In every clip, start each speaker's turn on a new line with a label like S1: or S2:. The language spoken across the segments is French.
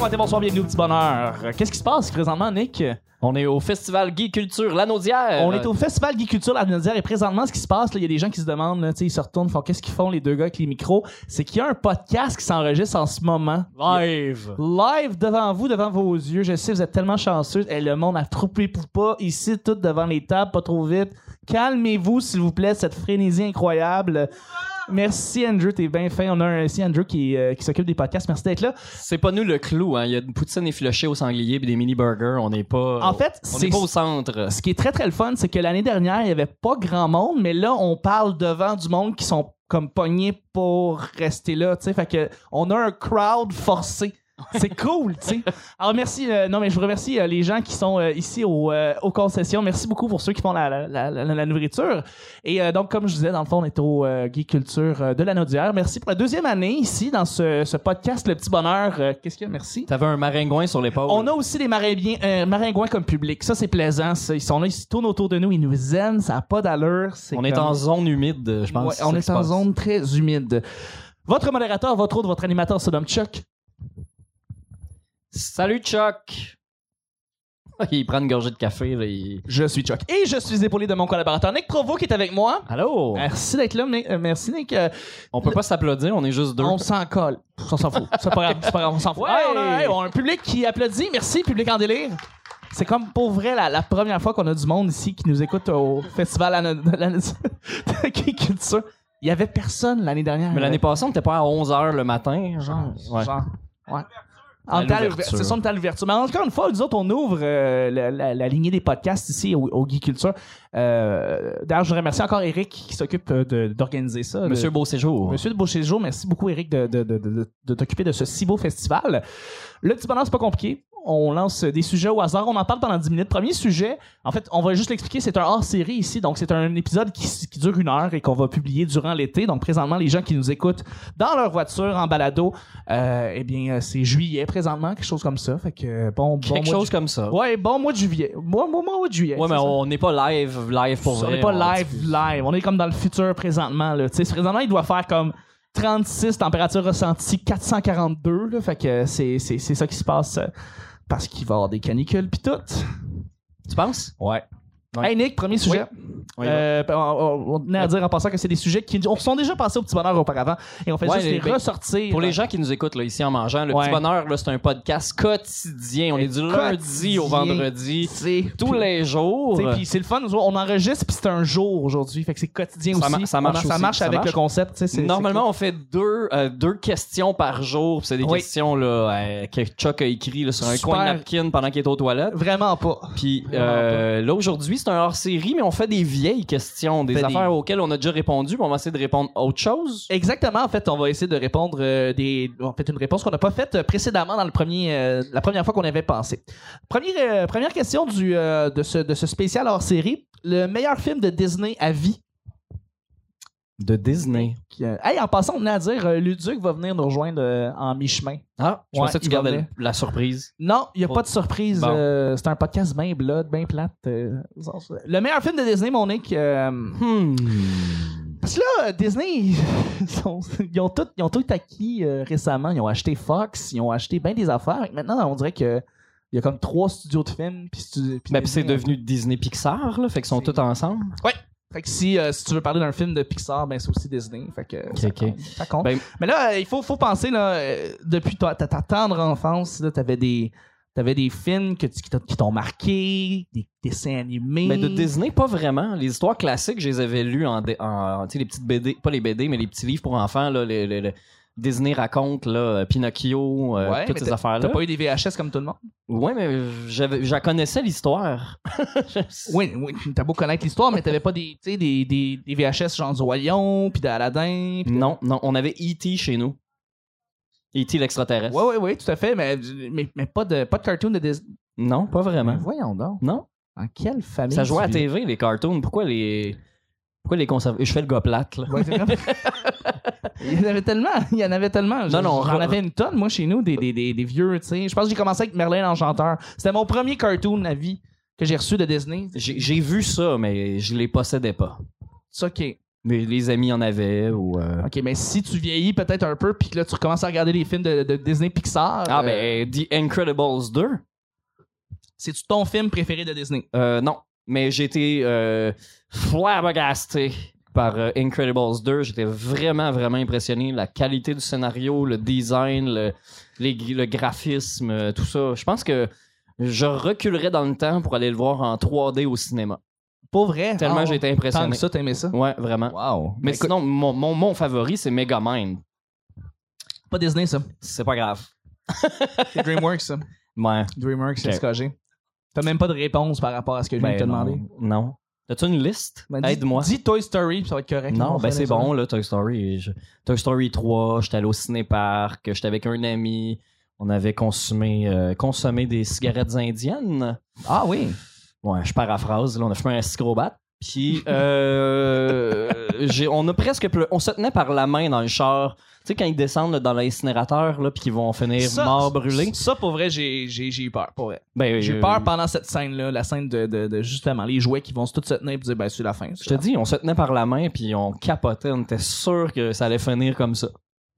S1: matin, bonsoir, bienvenue au petit bonheur. Qu'est-ce qui se passe présentement, Nick?
S2: On est au Festival Guy Culture Lanaudière.
S1: On est au Festival Guy Culture à Nodière et présentement, ce qui se passe, là, il y a des gens qui se demandent, là, tu sais, ils se retournent, font qu'est-ce qu'ils font les deux gars avec les micros? C'est qu'il y a un podcast qui s'enregistre en ce moment.
S2: live.
S1: Live devant vous, devant vos yeux. Je sais, vous êtes tellement chanceux. Et le monde a troupé pour pas ici, tout devant les tables, pas trop vite. Calmez-vous, s'il vous plaît, cette frénésie incroyable. Merci, Andrew, t'es bien fin. On a un ici, Andrew, qui, euh, qui s'occupe des podcasts. Merci d'être là.
S2: C'est pas nous le clou, hein. Il y a une poutine effilochée au sanglier puis des mini burgers. On n'est pas.
S1: En fait,
S2: on
S1: c'est
S2: n'est pas au centre.
S1: Euh, ce qui est très très le fun, c'est que l'année dernière, il n'y avait pas grand monde, mais là, on parle devant du monde qui sont comme pognés pour rester là, tu sais. Fait que on a un crowd forcé. C'est cool, tu sais. Alors merci, euh, non mais je vous remercie euh, les gens qui sont euh, ici au, euh, aux concessions. Merci beaucoup pour ceux qui font la, la- la- la- la nourriture. Et euh, donc comme je disais, dans le fond, on est au euh, Guy Culture euh, de la Naudière. Merci pour la deuxième année ici dans ce, ce podcast Le Petit Bonheur. Euh, Qu'est-ce qu'il y a? Merci.
S2: T'avais un maringouin sur l'épaule.
S1: On a aussi des maringuins, euh, maringouins comme public. Ça, c'est plaisant. ça. Ils sont là, ils se tournent autour de nous, ils nous aiment. Ça n'a pas d'allure. c'est
S2: On est
S1: comme-
S2: en zone humide, je pense.
S1: Ouais, on est en zone très humide. Votre modérateur, votre autre, votre animateur se nomme Chuck.
S2: Salut Chuck. Il prend une gorgée de café. Là, il-
S1: Je suis Chuck. Et je suis épaulé de mon collaborateur Nick Provo qui est avec moi.
S2: Allô.
S1: Merci d'être là, Nick. Euh, merci Nick. Euh,
S2: Eh, On peut pas s'applaudir. On est juste deux.
S1: on s'en colle. On s'en fout. C'est pas grave, c'est pas grave, on s'en fout.
S2: Ouais.
S1: Hey, on, a, hey, on a un public qui applaudit. Merci, public en délire. C'est comme pour vrai la, la première fois qu'on a du monde ici qui nous écoute au festival Anna- de la- de l'agriculture. Il y avait personne l'année dernière.
S2: Mais l'année passée, on n'était pas à 11h le matin, genre. Ouais.
S1: Ah, Genre, ouais.
S2: À
S1: En temps
S2: l'ouverture.
S1: d'ouver- C'est ça, on est à l'ouverture. Mais encore une fois, nous autres, on ouvre euh, la, la- la lignée des podcasts ici au, au Geek Culture. Euh, D'ailleurs, je remercie encore Eric qui s'occupe euh, de- d'organiser ça. de-
S2: Monsieur Beau Séjour.
S1: Monsieur de Beauchéjour, merci beaucoup, Eric, de, de- de- de- de t'occuper de ce si beau festival. Le petit bonheur, c'est pas compliqué. On lance des sujets au hasard. On en parle pendant 10 minutes. Premier sujet, en fait, on va juste l'expliquer. C'est un hors-série ici. Donc, c'est un épisode qui, s- qui dure une heure et qu'on va publier durant l'été. Donc, présentement, les gens qui nous écoutent dans leur voiture, en balado, euh, eh bien, euh, c'est juillet présentement, quelque chose comme ça. Fait que, euh, bon, bon
S2: Quelque
S1: mois
S2: chose comme ça.
S1: de... Ouais, bon mois de juillet. Bon, bon mois de juillet.
S2: Ouais,
S1: c'est
S2: mais
S1: ça.
S2: on n'est pas live, live pour
S1: On
S2: vrai.
S1: n'est pas
S2: On-
S1: live, live. On est comme dans le futur présentement. Là. Tu sais, Présentement, il doit faire comme 36, température ressentie 442. Là, fait que c'est, c'est, c'est ça qui se passe euh, parce qu'il va y avoir des canicules pis tout.
S2: Tu penses?
S1: Ouais.
S2: Ouais.
S1: Hey Nick, premier sujet.
S2: Oui,
S1: Euh, ben, on, on- on tenait à dire en passant que c'est des sujets qui on sont déjà passés au petit bonheur auparavant et on fait
S2: Ouais,
S1: juste
S2: les-
S1: les
S2: ben,
S1: ressortir.
S2: Pour les gens qui nous écoutent là, ici en mangeant, le
S1: Ouais.
S2: petit bonheur, là, c'est un podcast quotidien. On est du lundi
S1: quotidien.
S2: au vendredi,
S1: C'est-
S2: tous
S1: puis-
S2: les jours.
S1: Tu sais, Puis c'est le fun, nous autres, on enregistre puis c'est un jour aujourd'hui, fait que c'est quotidien
S2: Ça
S1: aussi.
S2: ma- ça marche
S1: On- ça
S2: aussi,
S1: marche
S2: ça
S1: avec
S2: marche.
S1: le concept. tu sais, c'est-
S2: Normalement, on fait deux, euh, deux questions par jour. puis C'est des
S1: Oui.
S2: questions là, euh, que Chuck a écrit là, sur un
S1: Super.
S2: coin de napkin pendant qu'il est aux toilettes.
S1: c'est- vraiment pas.
S2: Puis
S1: Vraiment
S2: euh, là, aujourd'hui, c'est un hors-série, mais on fait des vieilles questions, des
S1: Fait des-
S2: affaires auxquelles on a déjà répondu, puis on va essayer de répondre autre chose.
S1: Exactement. En fait, on va essayer de répondre euh, des, en fait, une réponse qu'on n'a pas faite euh, précédemment dans le premier, euh, la première fois qu'on avait pensé. Premier, euh, première question du, euh, de, ce, de ce spécial hors série. Le meilleur film de Disney à vie.
S2: De Disney.
S1: Qui, euh, hey, en passant, on venait à dire, euh, Luduc va venir nous rejoindre euh, en mi-chemin.
S2: Ah, je
S1: Ouais,
S2: pensais que tu
S1: il va
S2: gardais
S1: venir.
S2: la surprise.
S1: Non, il n'y a
S2: Bon.
S1: pas de surprise.
S2: Bon.
S1: euh, c'est un podcast bien blood, bien plate. euh, sans ça. le meilleur film de Disney, mon Nick. euh, Parce que là, euh, Disney, ils, sont- ils ont tout, ils ont tout acquis euh, récemment. Ils ont acheté Fox, ils ont acheté bien des affaires. Et Maintenant, on dirait que il y a comme trois studios de films. Puis stu- puis
S2: Ben, puis c'est
S1: Disney,
S2: devenu Disney Pixar, là, fait qu'ils sont
S1: C'est-
S2: tous ensemble.
S1: euh, Fait que si, euh, si tu veux parler d'un film de Pixar, ben c'est aussi Disney. Fait que ça
S2: ok.
S1: compte, ça compte.
S2: Ben-
S1: Mais là, euh, il faut, faut penser, là, euh, depuis ta, ta, ta tendre enfance, là, t'avais des. T'avais des films que tu- qui t'ont- qui t'ont marqué, des dessins animés.
S2: Mais de Disney, pas vraiment. Les histoires classiques, je les avais lues en, dé- en- tu sais, les petites BD, pas les BD, mais les petits livres pour enfants, là, les- les- les- Disney raconte, là, euh, Pinocchio, euh,
S1: Ouais,
S2: toutes
S1: mais
S2: ces affaires-là.
S1: T'as pas eu des VHS comme tout le monde?
S2: Ouais, mais j'avais- je la connaissais l'histoire.
S1: Ah,
S2: Je-
S1: Oui, oui, t'as beau connaître l'histoire, mais t'avais pas des, tu sais, des, des, des VHS genre du Roi Lion, puis d'Aladin. Pis...
S2: Non, non, on avait E.T. chez nous. E.T. l'extraterrestre.
S1: Ouais, ouais, ouais, tout à fait, mais, mais, mais pas, de, pas de cartoon de Disney.
S2: Non, pas
S1: Mais
S2: vraiment.
S1: voyons donc,
S2: Non,
S1: en quelle famille
S2: ça jouait à
S1: tu vis?
S2: TV, les cartoons. Pourquoi les... Pourquoi les conserver? Je fais le gars plate, là.
S1: Ouais, c'est comme- il y en avait tellement, il y en avait tellement. Je-
S2: Non, non,
S1: j'en
S2: re-
S1: avais une tonne, moi, chez nous, des, des, des, des vieux, tu sais. Je pense que j'ai commencé avec Merlin l'Enchanteur. C'était mon premier cartoon à vie que j'ai reçu de Disney.
S2: J'ai j'ai vu ça, mais je les possédais pas.
S1: C'est ok.
S2: Les, les amis en avaient. Ou, euh,
S1: Ok, mais si tu vieillis peut-être un peu, puis que là, tu recommences à regarder les films de, de Disney Pixar.
S2: Ah,
S1: euh,
S2: ben, The Incredibles 2.
S1: C'est-tu ton film préféré de Disney?
S2: Euh, non, mais j'ai été euh, flabbergasté par euh, Incredibles 2. J'étais vraiment, vraiment impressionné. La qualité du scénario, le design, le, les- le graphisme, euh, tout ça. Je pense que je reculerais dans le temps pour aller le voir en 3D au cinéma.
S1: Pas vrai.
S2: Tellement
S1: Ah,
S2: j'ai été
S1: Tant que
S2: impressionné.
S1: ça, t'aimais ça.
S2: Ouais, vraiment.
S1: Wow. Ben,
S2: Mais
S1: Mais c'est
S2: sinon, mon, mon, mon favori, c'est Megamind.
S1: pas Disney, ça.
S2: C'est pas grave.
S1: C'est DreamWorks, ça.
S2: Ouais.
S1: DreamWorks,
S2: Ok.
S1: SKG. T'as même pas de réponse par rapport à ce que je viens
S2: Ben,
S1: de te demander.
S2: Non. T'as-tu une liste?
S1: Ben, dis-
S2: Aide-moi.
S1: Dis Toy Story, puis ça va être correct. On
S2: Non,
S1: va
S2: ben
S1: faire
S2: c'est
S1: ça.
S2: bon, là, Toy Story. Je- Toy Story 3, j'étais allé au ciné-parc, j'étais avec un ami, on avait consommé, euh, consommé des cigarettes indiennes.
S1: Ah oui.
S2: Ouais, je paraphrase, là, on a fumé un scrobat. Puis, euh, j'ai- on a presque pleu- On se tenait par la main dans le char. Tu sais, quand ils descendent là, dans l'incinérateur, là, puis qu'ils vont finir morts brûlés.
S1: Ça, pour vrai, j'ai j'ai- j'ai eu peur. Pour vrai.
S2: Ben,
S1: J'ai eu
S2: euh,
S1: peur pendant cette scène-là, la scène de, de- de justement les jouets qui vont se tous se tenir et dire, ben, c'est la fin. c'est
S2: Je te
S1: la
S2: dis, on se tenait par la main, puis on capotait, on était sûr que ça allait finir comme ça.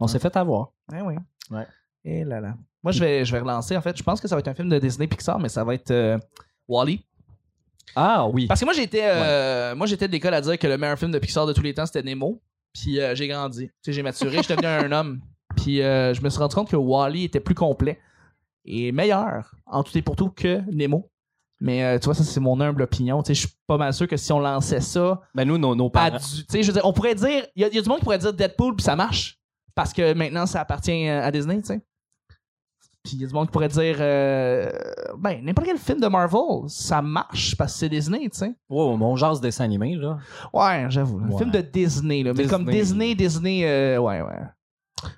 S2: On s'est fait avoir.
S1: Eh oui.
S2: Ouais.
S1: Et là là. Moi, je vais, je vais relancer. En fait, je pense que ça va être un film de Disney Pixar, mais ça va être euh, Wally.
S2: Ah oui.
S1: Parce que moi, j'étais euh, moi j'étais de l'école à dire que le meilleur film de Pixar de tous les temps, c'était Nemo. Puis euh, j'ai grandi. Tu sais, j'ai maturé, je suis devenu un homme. Puis euh, je me suis rendu compte que Wally était plus complet et meilleur en tout et pour tout que Nemo. Mais euh, tu vois, ça, c'est mon humble opinion. Tu sais, je suis pas mal sûr que si on lançait ça,
S2: Ben, nous, nos, nos
S1: pas
S2: parents.
S1: du. Tu sais, je veux dire, on pourrait dire. Il y, a- il y a du monde qui pourrait dire Deadpool, puis ça marche. Parce que maintenant, ça appartient euh, à Disney, tu sais. Puis il y a du monde qui pourrait dire. euh, ben, n'importe quel film de Marvel, ça marche parce que c'est Disney, tu sais.
S2: Wow, mon genre de dessin animé, là.
S1: Ouais, j'avoue. Un
S2: Ouais.
S1: film de Disney, là. Mais
S2: Disney.
S1: comme Disney, Disney. euh, ouais, ouais.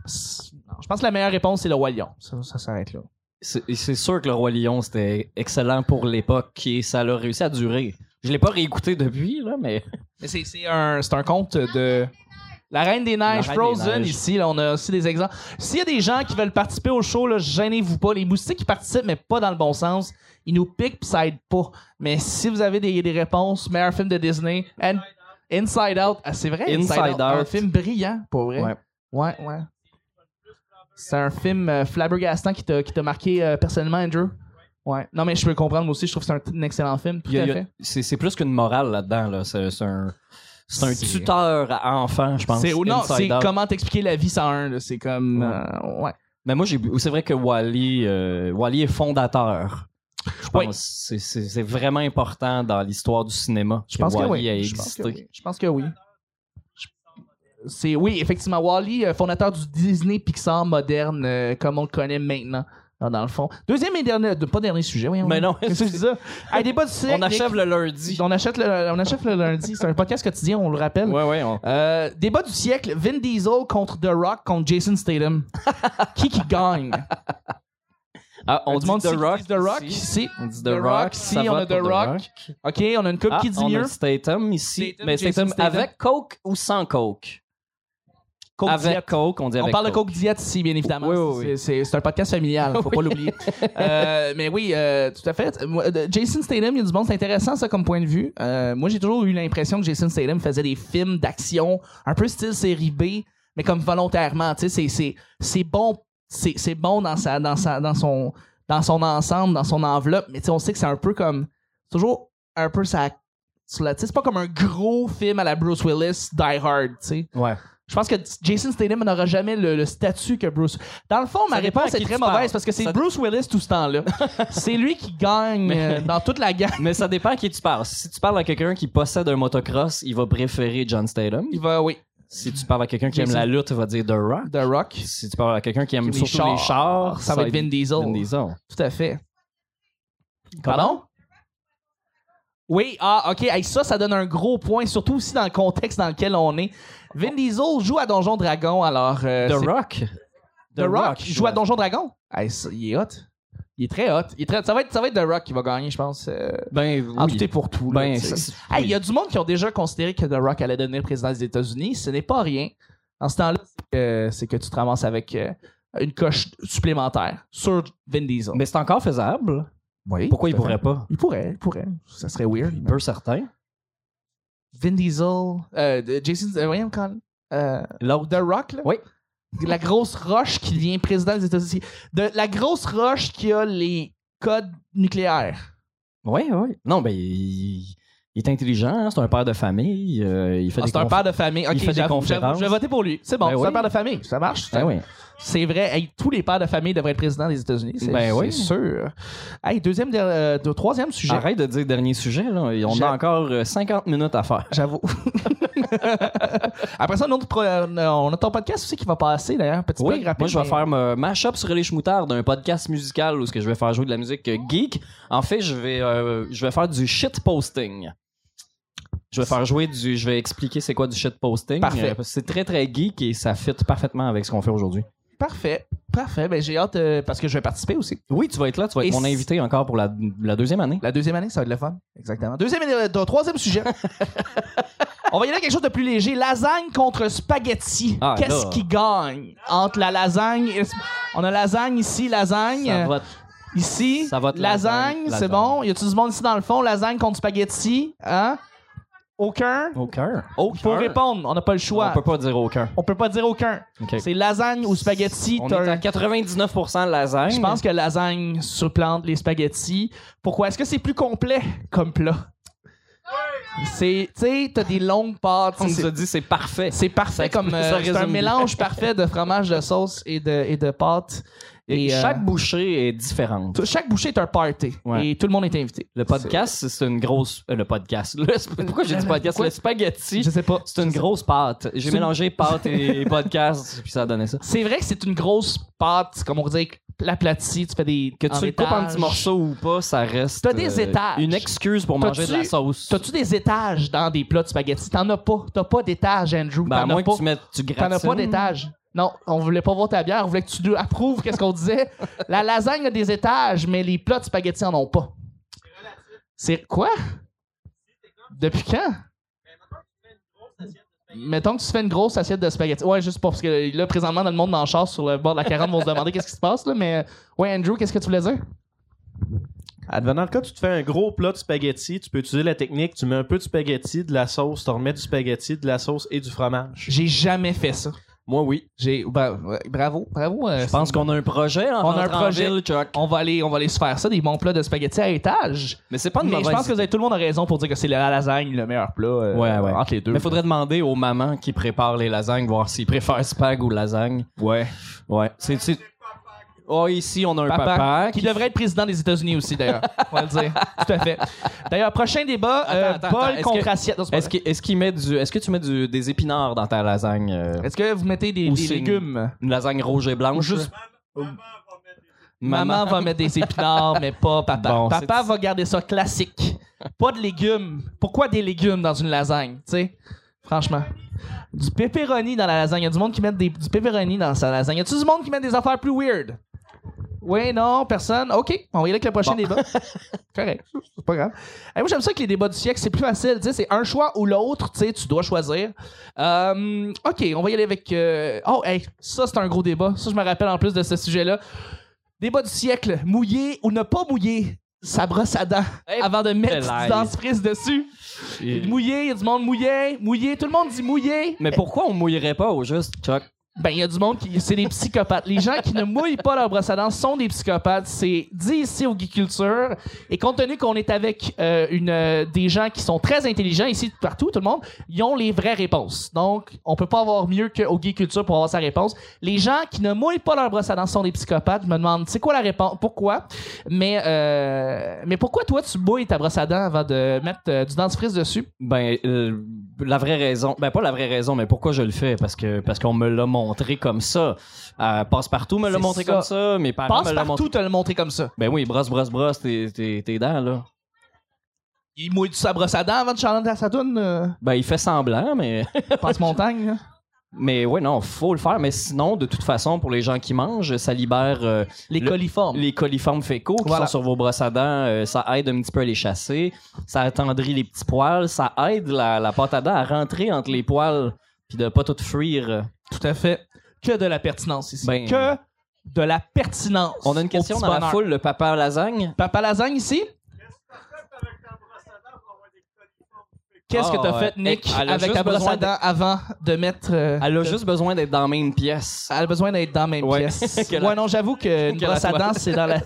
S1: C'est- non, je pense que la meilleure réponse, c'est le Roi Lion. Ça, ça s'arrête là.
S2: C'est c'est sûr que le Roi Lion, c'était excellent pour l'époque et ça l'a réussi à durer. Je l'ai pas réécouté depuis, là, mais.
S1: Mais c'est c'est un, c'est un conte de. La Reine des Neiges,
S2: La Reine des
S1: Frozen,
S2: Neiges.
S1: ici, là, on a aussi des exemples. S'il y a des gens qui veulent participer au show, là, gênez-vous pas. Les moustiques qui participent, mais pas dans le bon sens, ils nous piquent pis ça aide pas. Mais si vous avez des, des réponses, meilleur film de Disney, and- Inside Out, Ah, c'est vrai,
S2: Inside
S1: un
S2: Out.
S1: film brillant, pour vrai.
S2: Ouais.
S1: ouais. ouais. C'est un film euh, flabbergastant qui t'a qui t'a marqué euh, personnellement, Andrew. Ouais. Non, mais je peux le comprendre, moi aussi, je trouve que c'est un, t- un excellent film. Tout
S2: il y a-
S1: à
S2: il y a-
S1: fait.
S2: C'est c'est plus qu'une morale là-dedans, là. C'est c'est un. C'est un
S1: C'est-
S2: tuteur à enfants, je pense.
S1: C'est, non,
S2: Inside
S1: c'est
S2: Out.
S1: comment t'expliquer la vie sans un. là. C'est comme.
S2: Ouais.
S1: euh, ouais.
S2: Mais moi, j'ai c'est vrai que Wally, euh, Wally est fondateur. Je
S1: Oui.
S2: pense. C'est- C'est c'est vraiment important dans l'histoire du cinéma
S1: Je pense que
S2: Wally
S1: oui.
S2: a
S1: Je pense que
S2: existé.
S1: oui. Je pense que oui. Je- C'est oui, effectivement, Wally, euh, fondateur du Disney Pixar moderne, euh, comme on le connaît maintenant, dans, dans le fond. Deuxième et dernier, de- pas dernier sujet, oui.
S2: Mais Ben non,
S1: qu'est-ce que je dis ça? Hey, débat du siècle,
S2: On achève le lundi.
S1: Nick. On achète le, on achève le lundi. C'est un podcast quotidien, on le rappelle.
S2: Ouais, ouais. on-
S1: Euh, débat du siècle, Vin Diesel contre The Rock contre Jason Statham. qui qui gagne?
S2: Ah, on
S1: Du
S2: dit
S1: monde
S2: The
S1: ici qui
S2: Rock.
S1: dit The Rock,
S2: ici.
S1: ici.
S2: On dit The,
S1: The
S2: Rock.
S1: Rock, si,
S2: ça
S1: on
S2: vote
S1: a The
S2: pour
S1: Rock. OK, on a une coupe
S2: Ah,
S1: qui dit
S2: on
S1: mieux.
S2: a Stathum ici.
S1: Statham,
S2: mais
S1: Jason
S2: Stathum,
S1: Statham.
S2: avec Coke ou sans Coke?
S1: Coke
S2: avec
S1: diète.
S2: Coke, on dit
S1: On
S2: avec
S1: parle de Coke Diet ici, bien évidemment.
S2: Oui, oui, oui.
S1: C'est- C'est c'est un podcast familial, faut pas l'oublier. Euh, mais oui, euh, tout à fait. Moi, euh, Jason Statham, il y a du monde, c'est intéressant ça comme point de vue. Euh, moi, j'ai toujours eu l'impression que Jason Statham faisait des films d'action, un peu style série B, mais comme volontairement. Tu sais, c'est- c'est- c'est bon, c'est c'est bon dans sa, dans sa, dans son, dans son ensemble, dans son enveloppe. Mais tu sais, on sait que c'est un peu comme toujours un peu ça. Sur la, tu sais, c'est pas comme un gros film à la Bruce Willis, Die Hard, tu sais.
S2: Ouais.
S1: Je pense que Jason Statham n'aura jamais le, le statut que Bruce. Dans le fond, ma
S2: Ça dépend
S1: réponse
S2: à
S1: est
S2: qui
S1: très
S2: tu parles.
S1: mauvaise parce que c'est
S2: Ça-
S1: Bruce Willis tout ce temps-là. c'est lui qui gagne euh, dans toute la gamme.
S2: Mais ça dépend à qui tu parles. Si tu parles à quelqu'un qui possède un motocross, il va préférer John Statham.
S1: Il va, oui,
S2: Si tu parles à quelqu'un qui aime
S1: Jason-
S2: la lutte, il va dire The Rock.
S1: The Rock.
S2: Si tu parles à quelqu'un qui aime
S1: Les
S2: surtout
S1: chars.
S2: les chars,
S1: Ça va être Vin Diesel.
S2: Vin Diesel.
S1: Tout à fait. Pardon? Oui, ah, ok. Hey, ça, ça donne un gros point, surtout aussi dans le contexte dans lequel on est. Vin Diesel joue à Donjon Dragon, alors. euh,
S2: The
S1: c'est-
S2: Rock.
S1: The Rock, joue à Donjon Dragon. Hey, ça, il est hot. Il est très hot. Il est très... Ça, va être, ça va être The Rock qui va gagner, je pense. euh,
S2: Ben, oui.
S1: En tout et pour tout. là,
S2: Ben,
S1: tu sais.
S2: c'est-
S1: Hey, il y a du monde qui ont déjà considéré que The Rock allait devenir président des États-Unis. Ce n'est pas rien. En ce temps-là, c'est que- c'est que tu te ramasses avec euh, une coche supplémentaire sur Vin Diesel.
S2: Mais c'est encore faisable.
S1: Oui,
S2: Pourquoi il
S1: tout à fait.
S2: pourrait pas?
S1: Il pourrait, il pourrait. Ça serait weird.
S2: Peu certain.
S1: Vin Diesel, euh, de- Jason, euh, voyons quand, euh, The Rock, là.
S2: Oui.
S1: La grosse roche qui devient président des États-Unis. De, la grosse roche qui a les codes nucléaires.
S2: Oui, oui. Non, ben, il, il est intelligent, hein, c'est un père de famille. euh, il fait
S1: Ah,
S2: des
S1: c'est un
S2: conf-
S1: père de famille. Ok,
S2: fait des
S1: j'avoue,
S2: conférences.
S1: j'avoue, Je vais voter pour lui. C'est bon,
S2: Ben
S1: c'est
S2: oui.
S1: un père de famille. Ça marche.
S2: Ben oui.
S1: C'est vrai. Hey, tous les pères de famille devraient être présidents des États-Unis. C'est
S2: Ben oui.
S1: c'est sûr. Hey, deuxième, der- euh, de- troisième sujet.
S2: J'arrête de dire dernier sujet, là. et On
S1: J'ai-
S2: a encore euh, 50 minutes à faire.
S1: J'avoue. Après ça, un autre pro- euh, on a ton podcast aussi qui va passer d'ailleurs. Petit
S2: Oui,
S1: peu rapide,
S2: moi je vais
S1: mais-
S2: faire ma mashup sur les chemoutards d'un podcast musical où ce que je vais faire jouer de la musique euh, geek. En fait, je vais euh, je vais faire du shit posting. Je vais faire jouer du je vais expliquer c'est quoi du shit posting.
S1: Parfait.
S2: c'est très très geek et ça fit parfaitement avec ce qu'on fait aujourd'hui.
S1: Parfait, parfait. Ben, j'ai hâte euh, parce que je vais participer aussi.
S2: Oui, tu vas être là, tu vas
S1: Et
S2: être mon
S1: si-
S2: invité encore pour la, la deuxième année.
S1: La deuxième année, ça va être le fun. Exactement. Deuxième année, euh, troisième sujet. on va y aller avec quelque chose de plus léger. Lasagne contre spaghetti.
S2: Ah,
S1: Qu'est-ce
S2: là.
S1: qui gagne entre la lasagne et... On a lasagne ici, lasagne.
S2: Ça va-
S1: Ici,
S2: Ça va te
S1: lasagne,
S2: lasagne,
S1: c'est
S2: lasagne.
S1: bon. Y a-tu du monde ici dans le fond? Lasagne contre spaghetti? Hein? Aucun?
S2: Aucun.
S1: Faut répondre, on n'a pas le choix.
S2: On peut pas dire aucun.
S1: On peut pas dire aucun.
S2: Ok.
S1: C'est lasagne ou spaghetti.
S2: On
S1: t'as
S2: est
S1: un-
S2: à 99% lasagne.
S1: Je pense que lasagne surplante les spaghettis. Pourquoi? Est-ce que c'est plus complet comme plat? C'est, tu sais, t'as des longues pâtes.
S2: on
S1: c'est-
S2: nous a dit c'est parfait.
S1: C'est parfait
S2: Ça-
S1: comme.
S2: ça
S1: euh, c'est un
S2: résume bien.
S1: mélange parfait de fromage, de sauce et de, et de pâtes. Et, euh,
S2: Chaque bouchée est différente.
S1: t- chaque bouchée est un party.
S2: Ouais.
S1: Et tout le monde est invité.
S2: Le podcast, c'est une grosse. euh, le podcast. Le sp- Pourquoi j'ai dit podcast?
S1: Pourquoi?
S2: Le spaghetti,
S1: Je sais pas.
S2: c'est une grosse pâte. J'ai
S1: C'est-
S2: mélangé pâte et podcast, puis ça a donné ça.
S1: C'est vrai que c'est une grosse pâte, comme on dirait, l'aplati, tu fais des.
S2: Que tu le coupes en petits morceaux ou pas, ça reste.
S1: T'as des
S2: euh,
S1: étages.
S2: Une excuse pour
S1: T'as-tu-
S2: manger de la sauce.
S1: T'as-tu des étages dans des plats de spaghettis? T'en as pas. T'as pas d'étage, Andrew.
S2: Ben, à
S1: T'en as
S2: moins
S1: pas.
S2: que tu mettes du
S1: T'en
S2: gratin.
S1: as pas d'étage. Non, on voulait pas voir ta bière, on voulait que tu nous approuves qu'est-ce qu'on disait. La lasagne a des étages, mais les plats de spaghettis en ont pas. C'est quoi? Depuis quand? Mettons que tu fais une grosse assiette de spaghettis. Ouais, juste pour, parce que là, présentement, dans le monde en chasse sur le bord de la 40 vont se demander qu'est-ce qui se passe, là. Mais, euh, ouais, Andrew, qu'est-ce que tu voulais dire?
S3: Advenant Ah, le cas, tu te fais un gros plat de spaghetti, tu peux utiliser la technique, tu mets un peu de spaghetti, de la sauce, tu remets du spaghetti, de la sauce et du fromage.
S1: J'ai jamais fait ça.
S2: Moi, oui.
S1: J'ai, bra- ouais, bravo, bravo. euh,
S2: Je pense qu'on a un projet en
S1: On a un
S2: rentrant en
S1: projet.
S2: ville, Chuck.
S1: on va aller, on va aller se faire ça, des bons plats de spaghettis à étage.
S2: Mais c'est pas une
S1: Mais je
S2: mauvaise
S1: pense que vous avez- tout le monde a raison pour dire que c'est la lasagne le meilleur plat euh,
S2: Ouais, ouais.
S1: entre les deux.
S2: Mais faudrait demander aux mamans qui préparent les lasagnes, voir s'ils préfèrent spag ou lasagne.
S1: Ouais.
S2: Ouais. C'est. c'est- Oh, ici, on a un
S1: Papa,
S2: papa,
S1: qui devrait être président des États-Unis aussi, d'ailleurs. on va le dire. Tout à fait. D'ailleurs, prochain débat, euh,
S2: attends,
S1: Paul
S2: attends, est-ce
S1: contre
S2: que-
S1: assiette. Non, c'est pas
S2: Est-ce
S1: vrai.
S2: qu'il est-ce qu'il met du est-ce que tu mets du- des épinards dans ta lasagne euh,
S1: Est-ce que vous mettez des,
S2: Ou
S1: des
S2: c'est une-
S1: légumes?
S2: une lasagne rouge et blanche
S1: Juste-
S2: maman,
S1: Maman va mettre des épinards, mais pas papa.
S2: Bon,
S1: papa
S2: c'est-
S1: va garder ça classique. Pas de légumes. Pourquoi des légumes dans une lasagne, tu sais? Franchement. Du pepperoni dans la lasagne. Y a du monde qui met des- du pepperoni dans sa lasagne. Y a-tu du monde qui met des affaires plus weird? Oui, non, personne. OK, on va y aller avec le prochain
S2: Bon.
S1: débat. Correct. C'est pas grave. Eh, moi, j'aime ça que les débats du siècle, c'est plus facile. Tu sais, c'est un choix ou l'autre. Tu sais, tu dois choisir. Euh, OK, on va y aller avec. euh, Oh, hey, ça, c'est un gros débat. Ça, je me rappelle en plus de ce sujet-là. Débat du siècle, mouiller ou ne pas mouiller sa brosse à dents
S2: Eh,
S1: avant de mettre
S2: belle
S1: du
S2: aille.
S1: dentifrice dessus.
S2: Et- Eh.
S1: Mouiller, il y a du monde mouillé, mouillé, tout le monde dit mouillé.
S2: mais pourquoi on mouillerait pas au juste Chuck
S1: Ben, il y a du monde qui. C'est des psychopathes. Les gens qui ne mouillent pas leur brosse à dents sont des psychopathes. C'est dit ici au Geek Culture. Et compte tenu qu'on est avec euh, une, euh, des gens qui sont très intelligents ici partout, tout le monde, ils ont les vraies réponses. Donc, on peut pas avoir mieux qu'au Geek Culture pour avoir sa réponse. Les gens qui ne mouillent pas leur brosse à dents sont des psychopathes. Je me demande, c'est quoi la réponse? Pourquoi? Mais, euh, mais pourquoi toi, tu mouilles ta brosse à dents avant de mettre euh, du dentifrice dessus?
S2: ben euh, la vraie raison ben pas la vraie raison mais pourquoi je le fais parce que parce qu'on me l'a montré comme ça passe partout me l'a
S1: C'est
S2: montré
S1: ça.
S2: comme ça mes parents
S1: Passe
S2: me l'ont montré
S1: partout te le montrer comme ça.
S2: ben oui brosse brosse brosse tes, tes, tes dents là
S1: Il mouille sa brosse à dents avant de chanter sa toune? euh?
S2: ben il fait semblant mais
S1: Passe montagne.
S2: mais ouais non faut le faire mais sinon de toute façon pour les gens qui mangent ça libère euh,
S1: Les
S2: Le-
S1: coliformes.
S2: les coliformes fécaux qui
S1: Voilà.
S2: sont sur vos brosses à dents, euh, ça aide un petit peu à les chasser, ça attendrit les petits poils, ça aide la, la pâte à dents à rentrer entre les poils puis de pas tout fuir.
S1: Tout à fait. Que de la pertinence ici.
S2: Ben-
S1: que de la pertinence.
S2: On a une question
S1: Au petit
S2: dans la
S1: bonheur.
S2: foule, le papa à lasagne.
S1: Papa Lasagne ici? Qu'est-ce que
S2: Ah,
S1: t'as
S2: ouais.
S1: fait, Nick,
S2: Elle a
S1: avec
S2: juste
S1: ta brosse à
S2: besoin de-
S1: dents avant de mettre. euh, Ah,
S2: Elle a
S1: de-
S2: juste besoin d'être dans la même pièce.
S1: Elle a besoin d'être dans la même
S2: Ouais.
S1: pièce.
S2: Que la-
S1: ouais, non, j'avoue que une
S2: que la
S1: brosse à
S2: toile.
S1: dents, c'est dans la,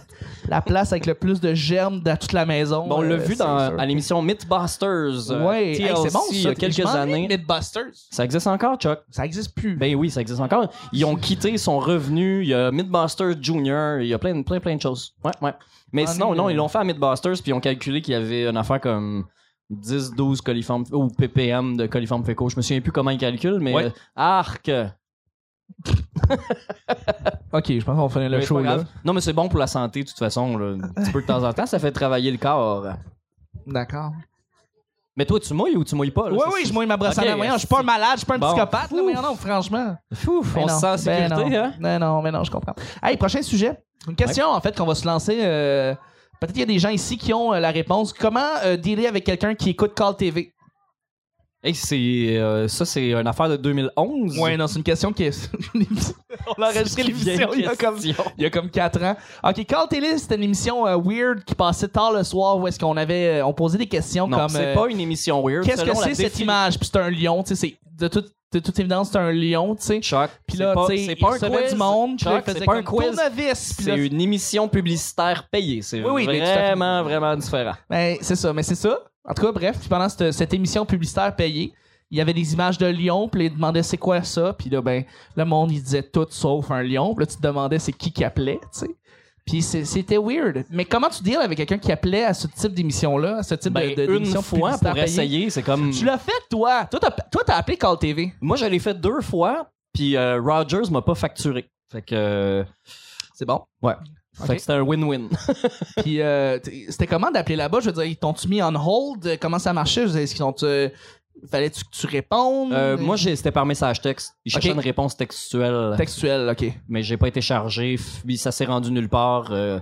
S1: la place avec le plus de germes dans toute la maison.
S2: Bon, on
S1: euh,
S2: l'a vu
S1: c'est
S2: dans,
S1: sûr.
S2: à l'émission Mythbusters. euh,
S1: Ouais,
S2: TLC,
S1: hey, c'est bon, ça.
S2: il y a
S1: Je
S2: quelques
S1: m'en vais,
S2: années.
S1: Mythbusters,
S2: Ça existe encore, Chuck?
S1: ça existe plus.
S2: Ben oui, ça existe encore. Ils ont quitté, son revenu. Il y a Mythbusters Junior. Il y a plein, plein, plein de choses. Ouais, ouais. Mais
S1: Ah,
S2: sinon,
S1: mais-
S2: non, ils l'ont fait à Mythbusters, puis ils ont calculé qu'il y avait une affaire comme 10, 12 coliformes, ou ppm de coliformes fécaux. Je me souviens plus comment ils calculent, mais
S1: Ouais.
S2: euh, arc.
S1: Ok, je pense qu'on finit
S2: Mais
S1: le
S2: c'est
S1: show
S2: pas
S1: là.
S2: grave. Non, mais c'est bon pour la santé, de toute façon. là. Un petit peu de temps en temps, ça fait travailler le corps.
S1: D'accord.
S2: Mais toi, tu mouilles ou tu mouilles pas? là?
S1: Oui,
S2: Ça,
S1: oui,
S2: c'est-
S1: je mouille ma brosse à
S2: Ok,
S1: dents. Voyons, Je suis pas un malade, je suis pas un
S2: Bon.
S1: psychopathe, là,
S2: Ouf.
S1: mais non, franchement.
S2: Ouf, on
S1: Ben
S2: se
S1: non,
S2: sent en sécurité,
S1: ben non.
S2: hein?
S1: Ben non, mais non, je comprends. Hey, prochain sujet. Une question, en fait, qu'on va se lancer. euh, Peut-être qu'il y a des gens ici qui ont euh, la réponse. Comment euh, dealer avec quelqu'un qui écoute Call TV?
S2: Hey, c'est, euh, ça, c'est une affaire de 2011.
S1: Ouais, non, c'est une question qui est. On l'a enregistré l'émission il y a comme Il y a comme 4 ans. OK, Call Télé, c'était une émission euh, weird qui passait tard le soir où est-ce qu'on avait euh, on posait des questions
S2: Non,
S1: comme
S2: c'est
S1: euh,
S2: pas une émission weird.
S1: qu'est-ce que
S2: selon la
S1: c'est cette
S2: défini-
S1: image Puis c'est un lion, tu sais, c'est de toute de toute évidence c'est un lion, tu sais.
S2: Chuck,
S1: Puis
S2: c'est
S1: là,
S2: pas-
S1: tu sais,
S2: c'est
S1: il
S2: pas un
S1: recevait
S2: quiz.
S1: du monde, puis là, il
S2: Chuck,
S1: faisait
S2: c'est pas un
S1: comme
S2: quiz.
S1: tournevis. Puis là,
S2: C'est une émission publicitaire payée. C'est
S1: Oui, oui, mais tout à fait.
S2: vraiment, vraiment différent.
S1: Ben, c'est ça, mais c'est ça. En tout cas, bref, puis pendant cette, cette émission publicitaire payée, il y avait des images de lions, puis ils demandaient c'est quoi ça, puis là, ben, le monde, il disait tout sauf un lion, puis là, tu te demandais c'est qui qui appelait, tu sais. Puis c'est- c'était weird. Mais comment tu deals avec quelqu'un qui appelait à ce type d'émission-là, à ce type
S2: Ben,
S1: de, de-
S2: une
S1: d'émission
S2: fois
S1: publicitaire
S2: pour
S1: payée?
S2: essayer, c'est comme.
S1: Tu l'as fait, toi. Toi, t'as toi, t'as appelé Call TV.
S2: Moi, je l'ai fait deux fois, puis euh, Rogers m'a pas facturé. Fait que. euh,
S1: C'est bon.
S2: fait
S1: Ok.
S2: que c'était un win-win.
S1: Puis euh, t- c'était comment d'appeler là-bas? Je veux dire, ils t'ont-tu mis on hold? Euh, Comment ça marchait? Je veux dire, est-ce qu'ils ont... euh, Fallait-tu que tu répondes?
S2: Euh, moi, j'ai- c'était par message texte. Il cherchait
S1: Ok.
S2: une réponse textuelle,
S1: Textuel, OK.
S2: mais j'ai pas été chargé. f- Puis ça s'est rendu nulle part. euh,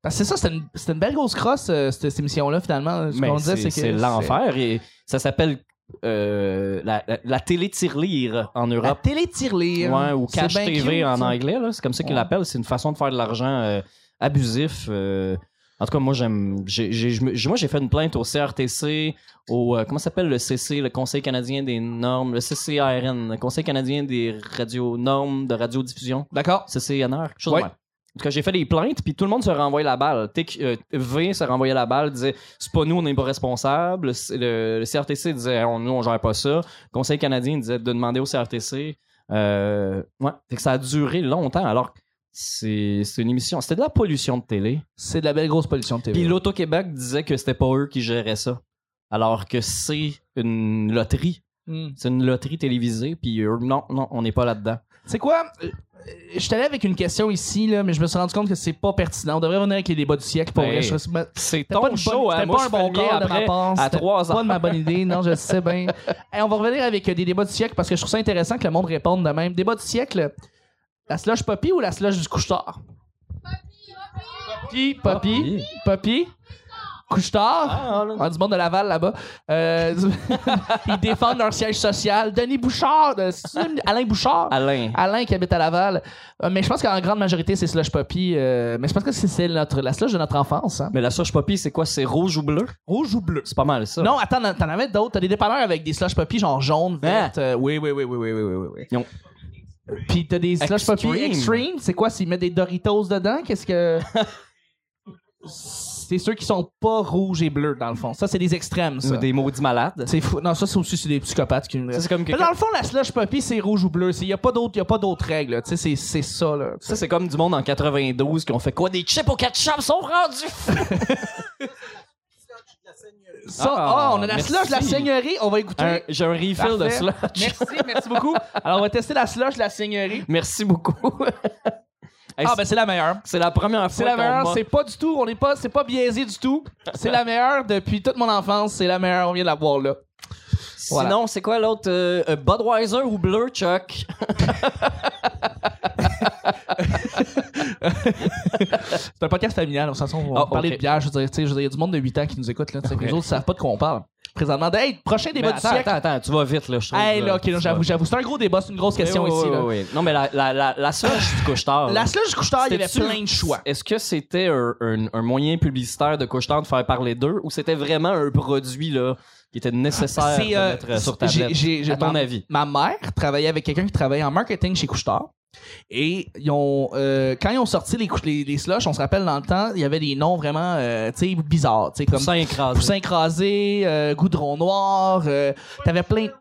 S1: Parce que c'est ça, c'était une, c'était une belle grosse crosse, euh, cette, cette émission-là, finalement. Ce
S2: Mais
S1: qu'on disait, c'est
S2: c'est
S1: que.
S2: c'est l'enfer et ça s'appelle euh, la, la, la télé tirelire en
S1: c'est La
S2: Europe.
S1: télé tire
S2: Ouais, ou cash TV en
S1: anglais.
S2: anglais, là. c'est comme ça qu'ils
S1: Ouais.
S2: l'appellent. C'est une façon de faire de l'argent euh, abusif. euh. en tout cas, moi, j'aime. j'ai- j'ai- je me- j'ai- Moi, j'ai fait une plainte au CRTC, au. euh, comment ça s'appelle le CC, le Conseil canadien des normes, le CCARN, le Conseil canadien des radio normes de radiodiffusion.
S1: D'accord.
S2: CCNR, quelque chose
S1: Ouais.
S2: de même. En tout cas, j'ai fait des plaintes, puis tout le monde se renvoyait la balle. TQ, euh, v se renvoyait la balle, disait c'est pas nous, on n'est pas responsable. Le, le CRTC disait on, nous, on gère pas ça. Le Conseil canadien disait de demander au CRTC. Euh, ouais. Fait que ça a duré longtemps, alors que c'est c'est une émission. C'était de la pollution de télé.
S1: C'est de la belle grosse pollution de TV.
S2: Puis l'Auto-Québec disait que c'était pas eux qui géraient ça. Alors que c'est une loterie.
S1: Hmm.
S2: C'est une loterie télévisée, puis eux, non, non, on n'est pas là-dedans.
S1: Tu sais quoi? Euh, Je suis allé avec une question ici, là, mais je me suis rendu compte que c'est pas pertinent. On devrait revenir avec les débats du siècle pour
S2: Ben,
S1: vrai. Je serais- mais
S2: C'est
S1: C'était pas,
S2: ton
S1: une
S2: show,
S1: bonne-
S2: hein.
S1: c'était
S2: Moi,
S1: pas
S2: je
S1: un
S2: fais
S1: bon
S2: le mien
S1: call de ma
S2: après.
S1: part.
S2: à
S1: c'était
S2: trois
S1: pas
S2: ans.
S1: de ma bonne idée. Non, je le sais bien. Et on va revenir avec euh, des débats du siècle parce que je trouve ça intéressant que le monde réponde de même. Débat du siècle, la slush Poppy ou la slush du couche-tard? Poppy, Poppy, Poppy, couche-tard.
S2: Ah, là.
S1: On a du monde de Laval là-bas. Euh, ils défendent leur siège social. Denis Bouchard, euh, c'est-tu Alain Bouchard.
S2: Alain.
S1: Alain qui habite à Laval. Euh, mais je pense qu'en grande majorité, c'est slush Poppy. euh, mais je pense que c'est- c'est notre, la slush de notre enfance. hein.
S2: Mais la slush poppy, c'est quoi? C'est rouge ou bleu?
S1: Rouge ou bleu?
S2: C'est pas mal ça. Hein?
S1: Non, attends, t'en avais d'autres. T'as des dépanneurs avec des slush puppies genre jaune, verte. euh, oui, oui, oui, oui, oui, oui, oui, oui.
S2: Non.
S1: Puis t'as des slush
S2: Extreme.
S1: puppies extreme. C'est quoi s'ils mettent des Doritos dedans Qu'est-ce que C'est ceux qui sont pas rouges et bleus dans le fond. Ça, c'est des extrêmes.
S2: Ou
S1: Ça.
S2: des maudits malades.
S1: C'est fou. Non, ça, c'est aussi c'est des psychopathes qui.
S2: Ça, c'est comme que-
S1: Mais dans le fond, la slush puppy, c'est rouge ou bleu. Il y a pas d'autres, y a pas d'autres règles. là. Tu sais, c'est c'est ça là.
S2: Ça, c'est comme du monde en 92 qui ont fait quoi? Des chips au ketchup sont rendus!
S1: Ça,
S2: Ah,
S1: ah, on a la slush de la
S2: merci.
S1: seigneurie. On va écouter.
S2: Un- J'ai un refill de
S1: Parfait.
S2: slush.
S1: Merci, merci beaucoup. Alors, on va tester la slush de la seigneurie.
S2: Merci beaucoup. Hey,
S1: Ah, ben c'est la meilleure.
S2: c'est la première fois
S1: C'est la
S2: qu'on
S1: meilleure,
S2: m'a-
S1: c'est pas du tout, on n'est pas, c'est pas biaisé du tout. C'est la meilleure depuis toute mon enfance, c'est la meilleure, on vient de la voir là. voilà.
S2: Sinon, c'est quoi l'autre? euh, euh, Budweiser ou bleu, Chuck?
S1: C'est un podcast familial, on s'en sort, on va
S2: Ah,
S1: parler
S2: ok.
S1: de bière, je veux dire, tu sais, je veux dire, il y a du monde de 8 ans qui nous écoute là, tu sais,
S2: Ouais.
S1: les autres savent pas de quoi on parle. Présentement, hey, prochain débat
S2: Mais
S1: du
S2: Ben, attends,
S1: siècle.
S2: attends, attends, tu vas vite, là, je trouve.
S1: Hey, là, ok,
S2: Tu
S1: là,
S2: vas
S1: j'avoue,
S2: vite.
S1: j'avoue, c'est Eh un gros débat, c'est une grosse question
S2: Eh Oui, oui,
S1: ici.
S2: oui,
S1: là.
S2: oui. Non, mais la, la, la, la slush du couche-tard.
S1: La slush du couche-tard, il y avait
S2: C'était-tu-
S1: plein de choix.
S2: Est-ce que c'était un, un- un moyen publicitaire de couche de faire parler d'eux ou c'était vraiment un produit là, qui était nécessaire
S1: C'est, euh,
S2: de mettre euh, sur
S1: j'ai-
S2: tablette?
S1: j'ai- j'ai-
S2: à ton
S1: ma-
S2: avis.
S1: Ma mère travaillait avec quelqu'un qui travaillait en marketing chez Couchetard. Et ils ont, euh, quand ils ont sorti les, couche- les, les slushs, on se rappelle dans le temps, il y avait des noms vraiment euh, tu sais, bizarres. tu sais, Comme
S2: Poussin écrasé.
S1: Poussin écrasé, euh, goudron noir. euh, T'avais plein de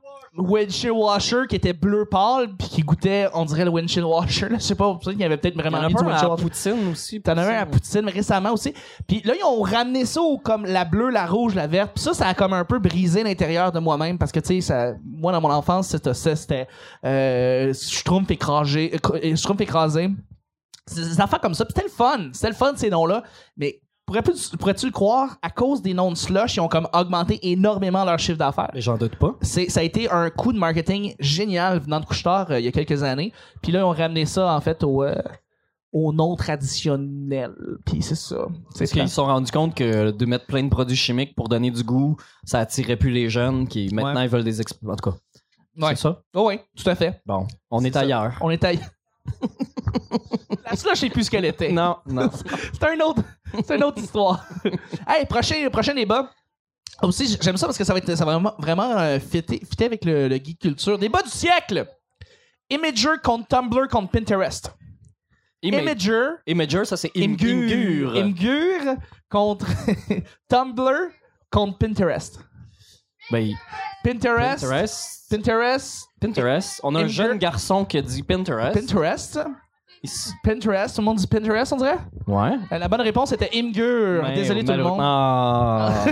S1: windshield washer qui était bleu pâle puis qui goûtait, on dirait le windshield washer. là. Je sais pas, peut-être qu'il y avait peut-être
S2: Il y en
S1: vraiment
S2: a
S1: mis du
S2: pas un à
S1: windshield washer.
S2: Poutine aussi.
S1: T'en
S2: Poutine.
S1: avais un à Poutine récemment aussi. Puis là, ils ont ramené ça au comme la bleue, la rouge, la verte. Puis ça, ça a comme un peu brisé l'intérieur de moi-même parce que, tu sais, ça- moi, dans mon enfance, c'était ça. C'était euh, Schtroumpf écrasé. euh, Schtroumpf écrasé. C'est des affaires comme ça. Puis c'était le fun. C'était le fun, ces noms-là. Mais pourrais-tu pourrais-tu le croire, à cause des noms de slush, ils ont comme augmenté énormément leur chiffre d'affaires.
S2: Mais j'en doute pas.
S1: C'est- ça a été un coup de marketing génial venant de Couchetard euh, il y a quelques années. Puis là, ils ont ramené ça, en fait, au, euh, au non traditionnel. Puis c'est ça. C'est
S2: Parce qu'ils
S1: plate.
S2: se sont rendus compte que de mettre plein de produits chimiques pour donner du goût, ça attirait plus les jeunes qui maintenant ils veulent des exp... En tout cas,
S1: Ouais.
S2: c'est ça?
S1: Oh oui, tout à fait.
S2: Bon, on est,
S1: ça.
S2: ailleurs.
S1: On est à... La slush, je sais plus ce qu'elle était.
S2: Non, non.
S1: C'est un autre, c'est une autre histoire. hey, prochain, prochain débat. Aussi, j'aime ça parce que ça va être, ça va vraiment, vraiment euh, fitter, fitter avec le, le geek culture. Débat du siècle. Imager contre Tumblr contre Pinterest.
S2: Ima-
S1: Imager
S2: Imager, ça c'est im-
S1: Imgur.
S2: Imgur.
S1: Imgur contre Tumblr contre Pinterest.
S2: Ben,
S1: Pinterest. Pinterest.
S2: Pinterest.
S1: Pinterest.
S2: Pinterest. On a un
S1: Imgur.
S2: jeune garçon qui dit Pinterest.
S1: Pinterest.
S2: Ici.
S1: Tout le monde dit Pinterest, on dirait?
S2: Ouais.
S1: Euh, La bonne réponse était Imgur.
S2: Ben,
S1: Euh, Désolé tout le
S2: malheureusement.
S1: monde.
S2: Ah.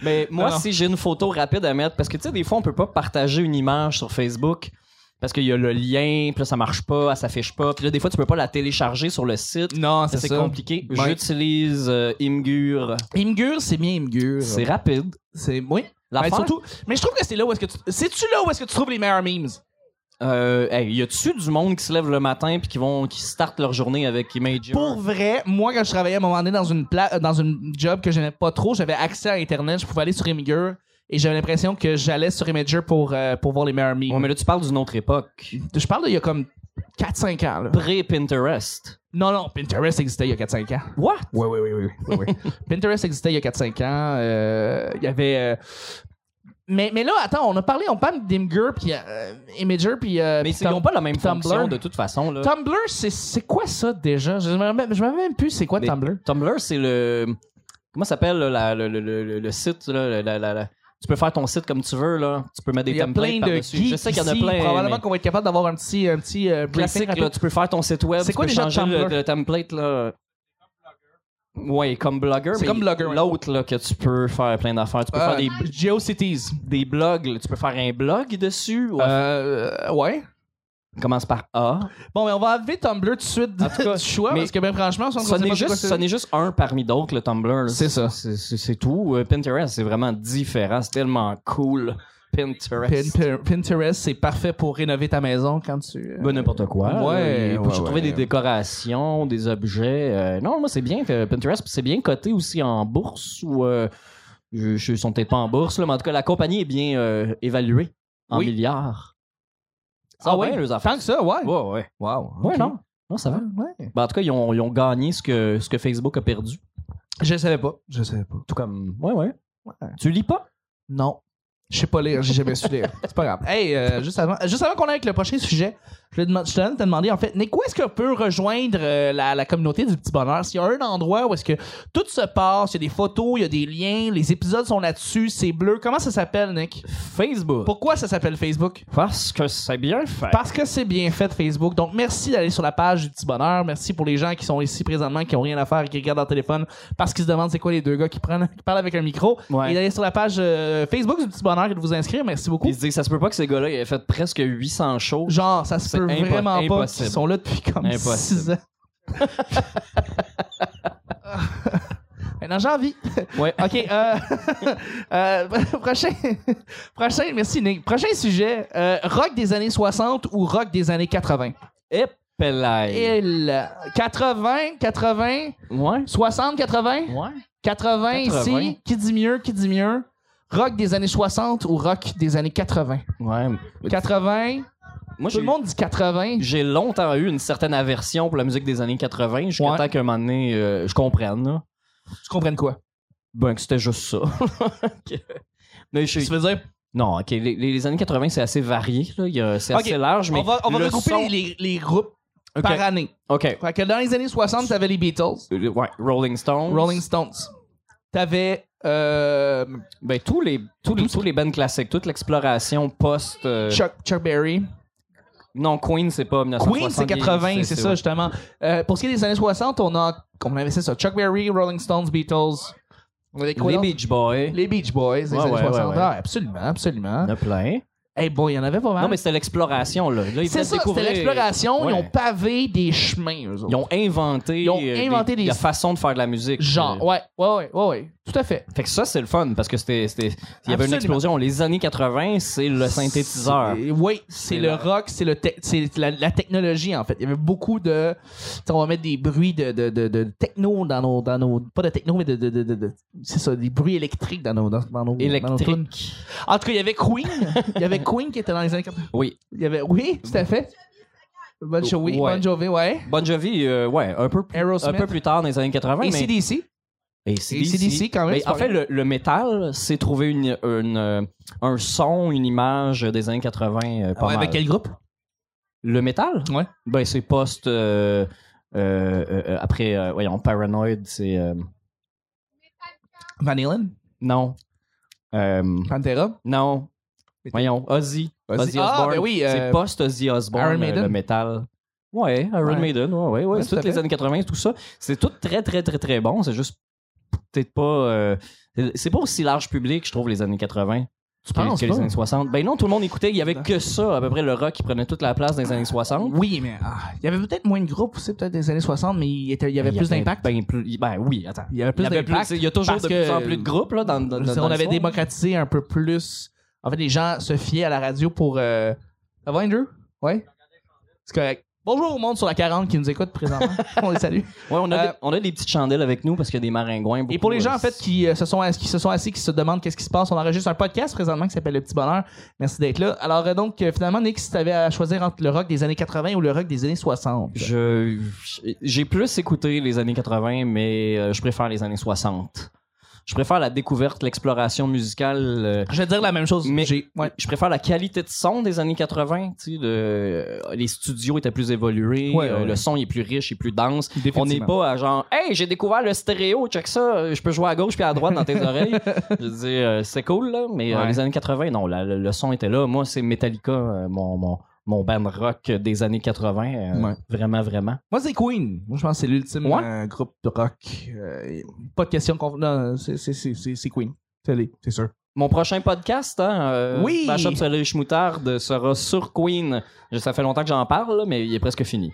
S2: Mais moi,
S1: Non, non.
S2: si j'ai une photo rapide à mettre, parce que tu sais, des fois, on peut pas partager une image sur Facebook parce qu'il y a le lien, puis là, ça marche pas, elle s'affiche pas. Puis là, des fois, tu peux pas la télécharger sur le site.
S1: Non, Ben-
S2: Ça, C'est compliqué.
S1: Ouais.
S2: J'utilise euh, Imgur.
S1: Imgur, c'est bien Imgur.
S2: C'est rapide.
S1: C'est. Oui.
S2: La
S1: Ben, surtout, mais je trouve que c'est là où est-ce que tu. C'est-tu là où est-ce que tu trouves les meilleurs memes?
S2: Euh, hey, y a-tu du monde qui se lève le matin puis qui vont qui startent leur journée avec Imager?
S1: Pour vrai, moi, quand je travaillais à un moment donné dans une, pla- euh, dans une job que j'aimais pas trop, j'avais accès à Internet, je pouvais aller sur Imgur et j'avais l'impression que j'allais sur Imager pour, euh, pour voir les meilleurs memes.
S2: Ouais, mais là, tu parles d'une autre époque.
S1: Je parle d'il y a comme 4-5 ans. Là.
S2: Pré-Pinterest.
S1: Non, non, Pinterest existait il y a 4-5 ans.
S2: What?
S1: Oui, oui, oui. oui, oui, oui. Pinterest existait il y a 4-5 ans. euh, Il y avait. euh, Mais, mais là, attends, on a parlé, on parle d'Imgur, puis euh, Imager, puis. euh,
S2: Mais
S1: puis
S2: c'est- ils
S1: Tum-
S2: ont pas la même
S1: Tumblr.
S2: fonction de toute façon. Là.
S1: Tumblr, c'est- c'est quoi ça déjà? Je me rappelle je me rappelle même plus c'est quoi
S2: Mais
S1: Tumblr.
S2: Tumblr, c'est le. Comment ça s'appelle là, la- le, le- le- le site? là, la- la- la- Tu peux faire ton site comme tu veux. là. Tu peux mettre des
S1: Il y a
S2: templates
S1: plein de
S2: par-dessus.
S1: geeks
S2: Je sais qu'il y en a
S1: ici.
S2: plein.
S1: Probablement
S2: mais
S1: qu'on va être capable d'avoir un petit, un petit euh, briefing
S2: classique, là,
S1: rapide.
S2: tu peux faire ton site web.
S1: C'est
S2: tu
S1: quoi
S2: peux
S1: déjà
S2: changer le,
S1: Tumblr?
S2: le template? Là. Ouais, comme blogger.
S1: C'est
S2: mais
S1: comme Blogger, ouais.
S2: L'autre là, que tu peux faire plein d'affaires. Tu peux
S1: Euh,
S2: faire des,
S1: GeoCities.
S2: des blogs. là. Tu peux faire un blog dessus. ou- euh,
S1: Euh, ouais.
S2: Commence par A.
S1: Bon, mais on va enlever Tumblr tout de suite de- du choix
S2: mais-
S1: parce que, ben, franchement, si on
S2: Ça
S1: ne sait
S2: n'est
S1: pas c'est
S2: juste,
S1: quoi,
S2: ça n'est juste un parmi d'autres, le Tumblr. là.
S1: C'est ça.
S2: C'est- C'est c'est tout. Euh, Pinterest, c'est vraiment différent. C'est tellement cool. Pinterest.
S1: Pin- Pin- Pinterest, c'est parfait pour rénover ta maison quand tu. euh,
S2: Ben, n'importe quoi. là.
S1: Ouais,
S2: Et
S1: ouais,
S2: Pour se
S1: ouais.
S2: trouver des décorations, des objets. euh, non, moi, c'est bien que Pinterest, puis c'est bien coté aussi en bourse ou. euh, je, je- ils sont peut-être pas en bourse, là, mais en tout cas, la compagnie est bien euh, évaluée en
S1: Oui.
S2: milliards.
S1: Ah ouais?
S2: les affaires.
S1: Tant que ça, ouais.
S2: Ouais, ouais.
S1: Wow.
S2: Ouais, non. Non, ça va. Ben, en tout cas, ils ont, ils ont gagné ce que, ce que Facebook a perdu.
S1: Je savais pas. Je savais pas.
S2: Tout comme. Ouais, ouais.
S1: Ouais.
S2: Tu lis pas?
S1: Non. Je sais pas lire, j'ai jamais su lire. C'est pas grave. Hey, euh, juste avant, juste avant qu'on aille avec le prochain sujet, je voulais dema- je tenais à te demander, en fait, Nick, où est-ce qu'on peut rejoindre euh, la, la communauté du Petit Bonheur? S'il y a un endroit où est-ce que tout se passe, il y a des photos, il y a des liens, les épisodes sont là-dessus, c'est bleu. Comment ça s'appelle, Nick?
S2: Facebook.
S1: Pourquoi ça s'appelle Facebook?
S2: Parce que c'est bien fait.
S1: Parce que c'est bien fait, Facebook. Donc, merci d'aller sur la page du Petit Bonheur. Merci pour les gens qui sont ici présentement, qui ont rien à faire, et qui regardent leur téléphone parce qu'ils se demandent c'est quoi les deux gars qui, prennent, qui parlent avec un micro.
S2: Ouais.
S1: Et d'aller sur la page euh, Facebook du Petit Bonheur et de vous inscrire. Merci beaucoup.
S2: Ils se disent, ça se peut pas que ces gars-là aient fait presque 800 shows.
S1: Genre, ça se
S2: C'est
S1: peut
S2: impo-
S1: vraiment pas
S2: impossible.
S1: qu'ils sont là depuis comme
S2: Impossible.
S1: 6 ans. Maintenant, j'ai envie.
S2: Ouais.
S1: OK. euh, euh, prochain, prochain, merci Nick. Prochain sujet, euh, rock des années 60 ou rock des années 80?
S2: Et pelaille.
S1: Et là, 80, 80,
S2: Ouais.
S1: 60, 80?
S2: Ouais.
S1: 80
S2: 80.
S1: ici. Qui dit mieux? Qui dit mieux? Rock des années 60 ou rock des années 80?
S2: Ouais.
S1: 80. Tout
S2: Moi, j'ai,
S1: le monde dit 80.
S2: j'ai longtemps eu une certaine aversion pour la musique des années 80 jusqu'à
S1: Ouais.
S2: temps qu'à un moment donné, euh, je comprenne. là.
S1: Tu comprends quoi?
S2: ben, que c'était juste ça. Que- Mais je-
S1: Ça veut dire,
S2: Non, ok, les, les années 80, c'est assez varié, là. Il y a- c'est
S1: Ok,
S2: assez large, mais.
S1: on va, on va
S2: le
S1: regrouper
S2: son-
S1: les, les- les groupes
S2: Ok.
S1: par année.
S2: Ok.
S1: Fait que dans les années 60, t'avais les Beatles,
S2: Euh, Ouais, Rolling Stones.
S1: Rolling Stones. T'avais. Euh,
S2: Ben, tous les, tous les, tous les bands classiques, toute l'exploration post. euh,
S1: Chuck, Chuck Berry.
S2: Non, Queen, c'est pas 1960.
S1: Queen, c'est 80, c'est ça, justement. Euh, pour ce qui est des années 60, on a. On avait c'est ça. Chuck Berry, Rolling Stones, Beatles. On avait quoi
S2: Les
S1: d'autre?
S2: Beach Boys.
S1: Les Beach Boys, les
S2: Ouais,
S1: années
S2: ouais,
S1: 60.
S2: ouais, ouais.
S1: Ah, absolument, absolument.
S2: a plein.
S1: Eh bon, il y en avait pas mal.
S2: Non, mais c'était l'exploration, là. Là, ils
S1: c'est
S2: venaient
S1: ça,
S2: découvrir-
S1: c'était l'exploration. Ils
S2: Ouais.
S1: ont pavé des chemins, eux autres.
S2: Ils ont inventé,
S1: Ils ont
S2: euh,
S1: inventé
S2: des,
S1: des-
S2: la façon de faire de la musique.
S1: Genre,
S2: Euh,
S1: ouais, ouais, ouais, ouais, ouais. Tout à fait.
S2: Fait que ça, c'est le fun parce que c'était. c'était- Il y avait
S1: Absolument.
S2: une explosion. Les années 80, c'est le synthétiseur.
S1: C'est- Oui, c'est le
S2: la-
S1: rock, c'est le tec- c'est la, la technologie en fait. Il y avait beaucoup de, tu sais, on va mettre des bruits de, de, de, de techno dans nos, dans nos, pas de techno mais de, de, de, de- de- c'est ça, des bruits électriques dans nos, dans, dans nos, dans nos tunes.
S2: Électrique.
S1: En tout cas, il y avait Queen, il y avait Queen qui était dans les années 80.
S2: Oui.
S1: Il y avait, oui, tout à fait. Bon Jovi,
S2: Oh, Ouais.
S1: Bon Jovi, ouais.
S2: Bon Jovi, euh, ouais, un peu, plus, un
S1: Aerosmith.
S2: peu plus tard dans les années 80.
S1: Et
S2: mais...
S1: CDC.
S2: AC/DC.
S1: AC/DC, quand même,
S2: Mais
S1: c'est
S2: en
S1: pas
S2: fait,
S1: rien.
S2: le, le métal, c'est trouver une, une, euh, un son, une image des années 80. euh, pas
S1: Ouais,
S2: mal.
S1: avec quel groupe?
S2: Le métal?
S1: Ouais.
S2: Ben, c'est post... euh, euh, euh, euh, après, euh, voyons, Paranoid, c'est... euh,
S1: Van Halen,
S2: non. Euh,
S1: Pantera.
S2: non.
S1: Mais-
S2: Voyons, Ozzy.
S1: Ozzy.
S2: Ozzy
S1: Ah,
S2: Osbourne.
S1: ben oui, euh,
S2: c'est post-Ozzy Osbourne,
S1: Iron
S2: euh,
S1: Maiden.
S2: le métal. Ouais, Iron
S1: Ouais.
S2: Maiden, ouais, ouais, ouais.
S1: Ouais,
S2: c'est
S1: tout à
S2: toutes les
S1: fait.
S2: années 80, tout ça. C'est tout très, très, très, très bon. C'est juste peut-être pas... euh, c'est pas aussi large public, je trouve, les années 80.
S1: Tu
S2: que-
S1: penses
S2: que
S1: pas?
S2: les années 60. Ben non, tout le monde écoutait. Il y avait que ça, à peu près, le rock qui prenait toute la place dans les années 60.
S1: Oui, mais ah, il y avait peut-être moins de groupes aussi, peut-être des années 60, mais il, était- il y avait plus d'impact.
S2: Ben, plus- ben oui, attends.
S1: Il y avait
S2: Il
S1: plus
S2: y, avait plus-
S1: d'impact.
S2: il y a toujours
S1: parce
S2: de
S1: que-
S2: plus en plus de groupes là, dans, dans,
S1: Je veux dire,
S2: dans
S1: on avait
S2: l'histoire.
S1: démocratisé un peu plus. En fait, les gens se fiaient à la radio pour. Euh... Ça va, Andrew? Ouais? C'est correct. Bonjour au monde sur la 40 qui nous écoute présentement. on les salue.
S2: Ouais, on, a
S1: Euh,
S2: des, on a des petites chandelles avec nous parce qu'il y a des maringouins.
S1: Et
S2: beaucoup,
S1: pour les gens,
S2: euh,
S1: en fait, qui, euh, se sont, qui se sont assis, qui se demandent qu'est-ce qui se passe, on enregistre un podcast présentement qui s'appelle Le Petit Bonheur. Merci d'être là. Alors, euh, donc, euh, finalement, Nick, si tu avais à choisir entre le rock des années 80 ou le rock des années 60.
S2: Je j'ai plus écouté les années 80, mais euh, je préfère les années 60. Je préfère la découverte, l'exploration musicale. euh,
S1: Je vais dire la même chose.
S2: Mais-
S1: J'ai- ouais.
S2: Je préfère la qualité de son des années 80. tu sais, de- euh, les studios étaient plus évolués,
S1: Ouais,
S2: euh,
S1: ouais.
S2: le son est plus riche et plus dense. On n'est
S1: Définitivement.
S2: pas à genre, hey, j'ai découvert le stéréo, check ça, je peux jouer à gauche puis à droite dans tes oreilles. Je dis, euh, c'est cool, là, mais euh,
S1: Ouais.
S2: les années 80, non, la- le, le son était là. Moi, c'est Metallica, euh, mon, mon, mon band rock des années 80. euh,
S1: Ouais.
S2: Vraiment, vraiment.
S1: Moi, c'est Queen. Moi, je pense que c'est l'ultime
S2: Ouais.
S1: euh, groupe de rock. Euh, pas de question qu'on. Non, c'est- c'est- c'est c'est- c'est Queen. C'est les- c'est sûr.
S2: Mon prochain podcast, hein, euh,
S1: Oui!
S2: Mashup sur les riches moutardes sera sur Queen. Je- Ça fait longtemps que j'en parle, là, mais il est presque fini.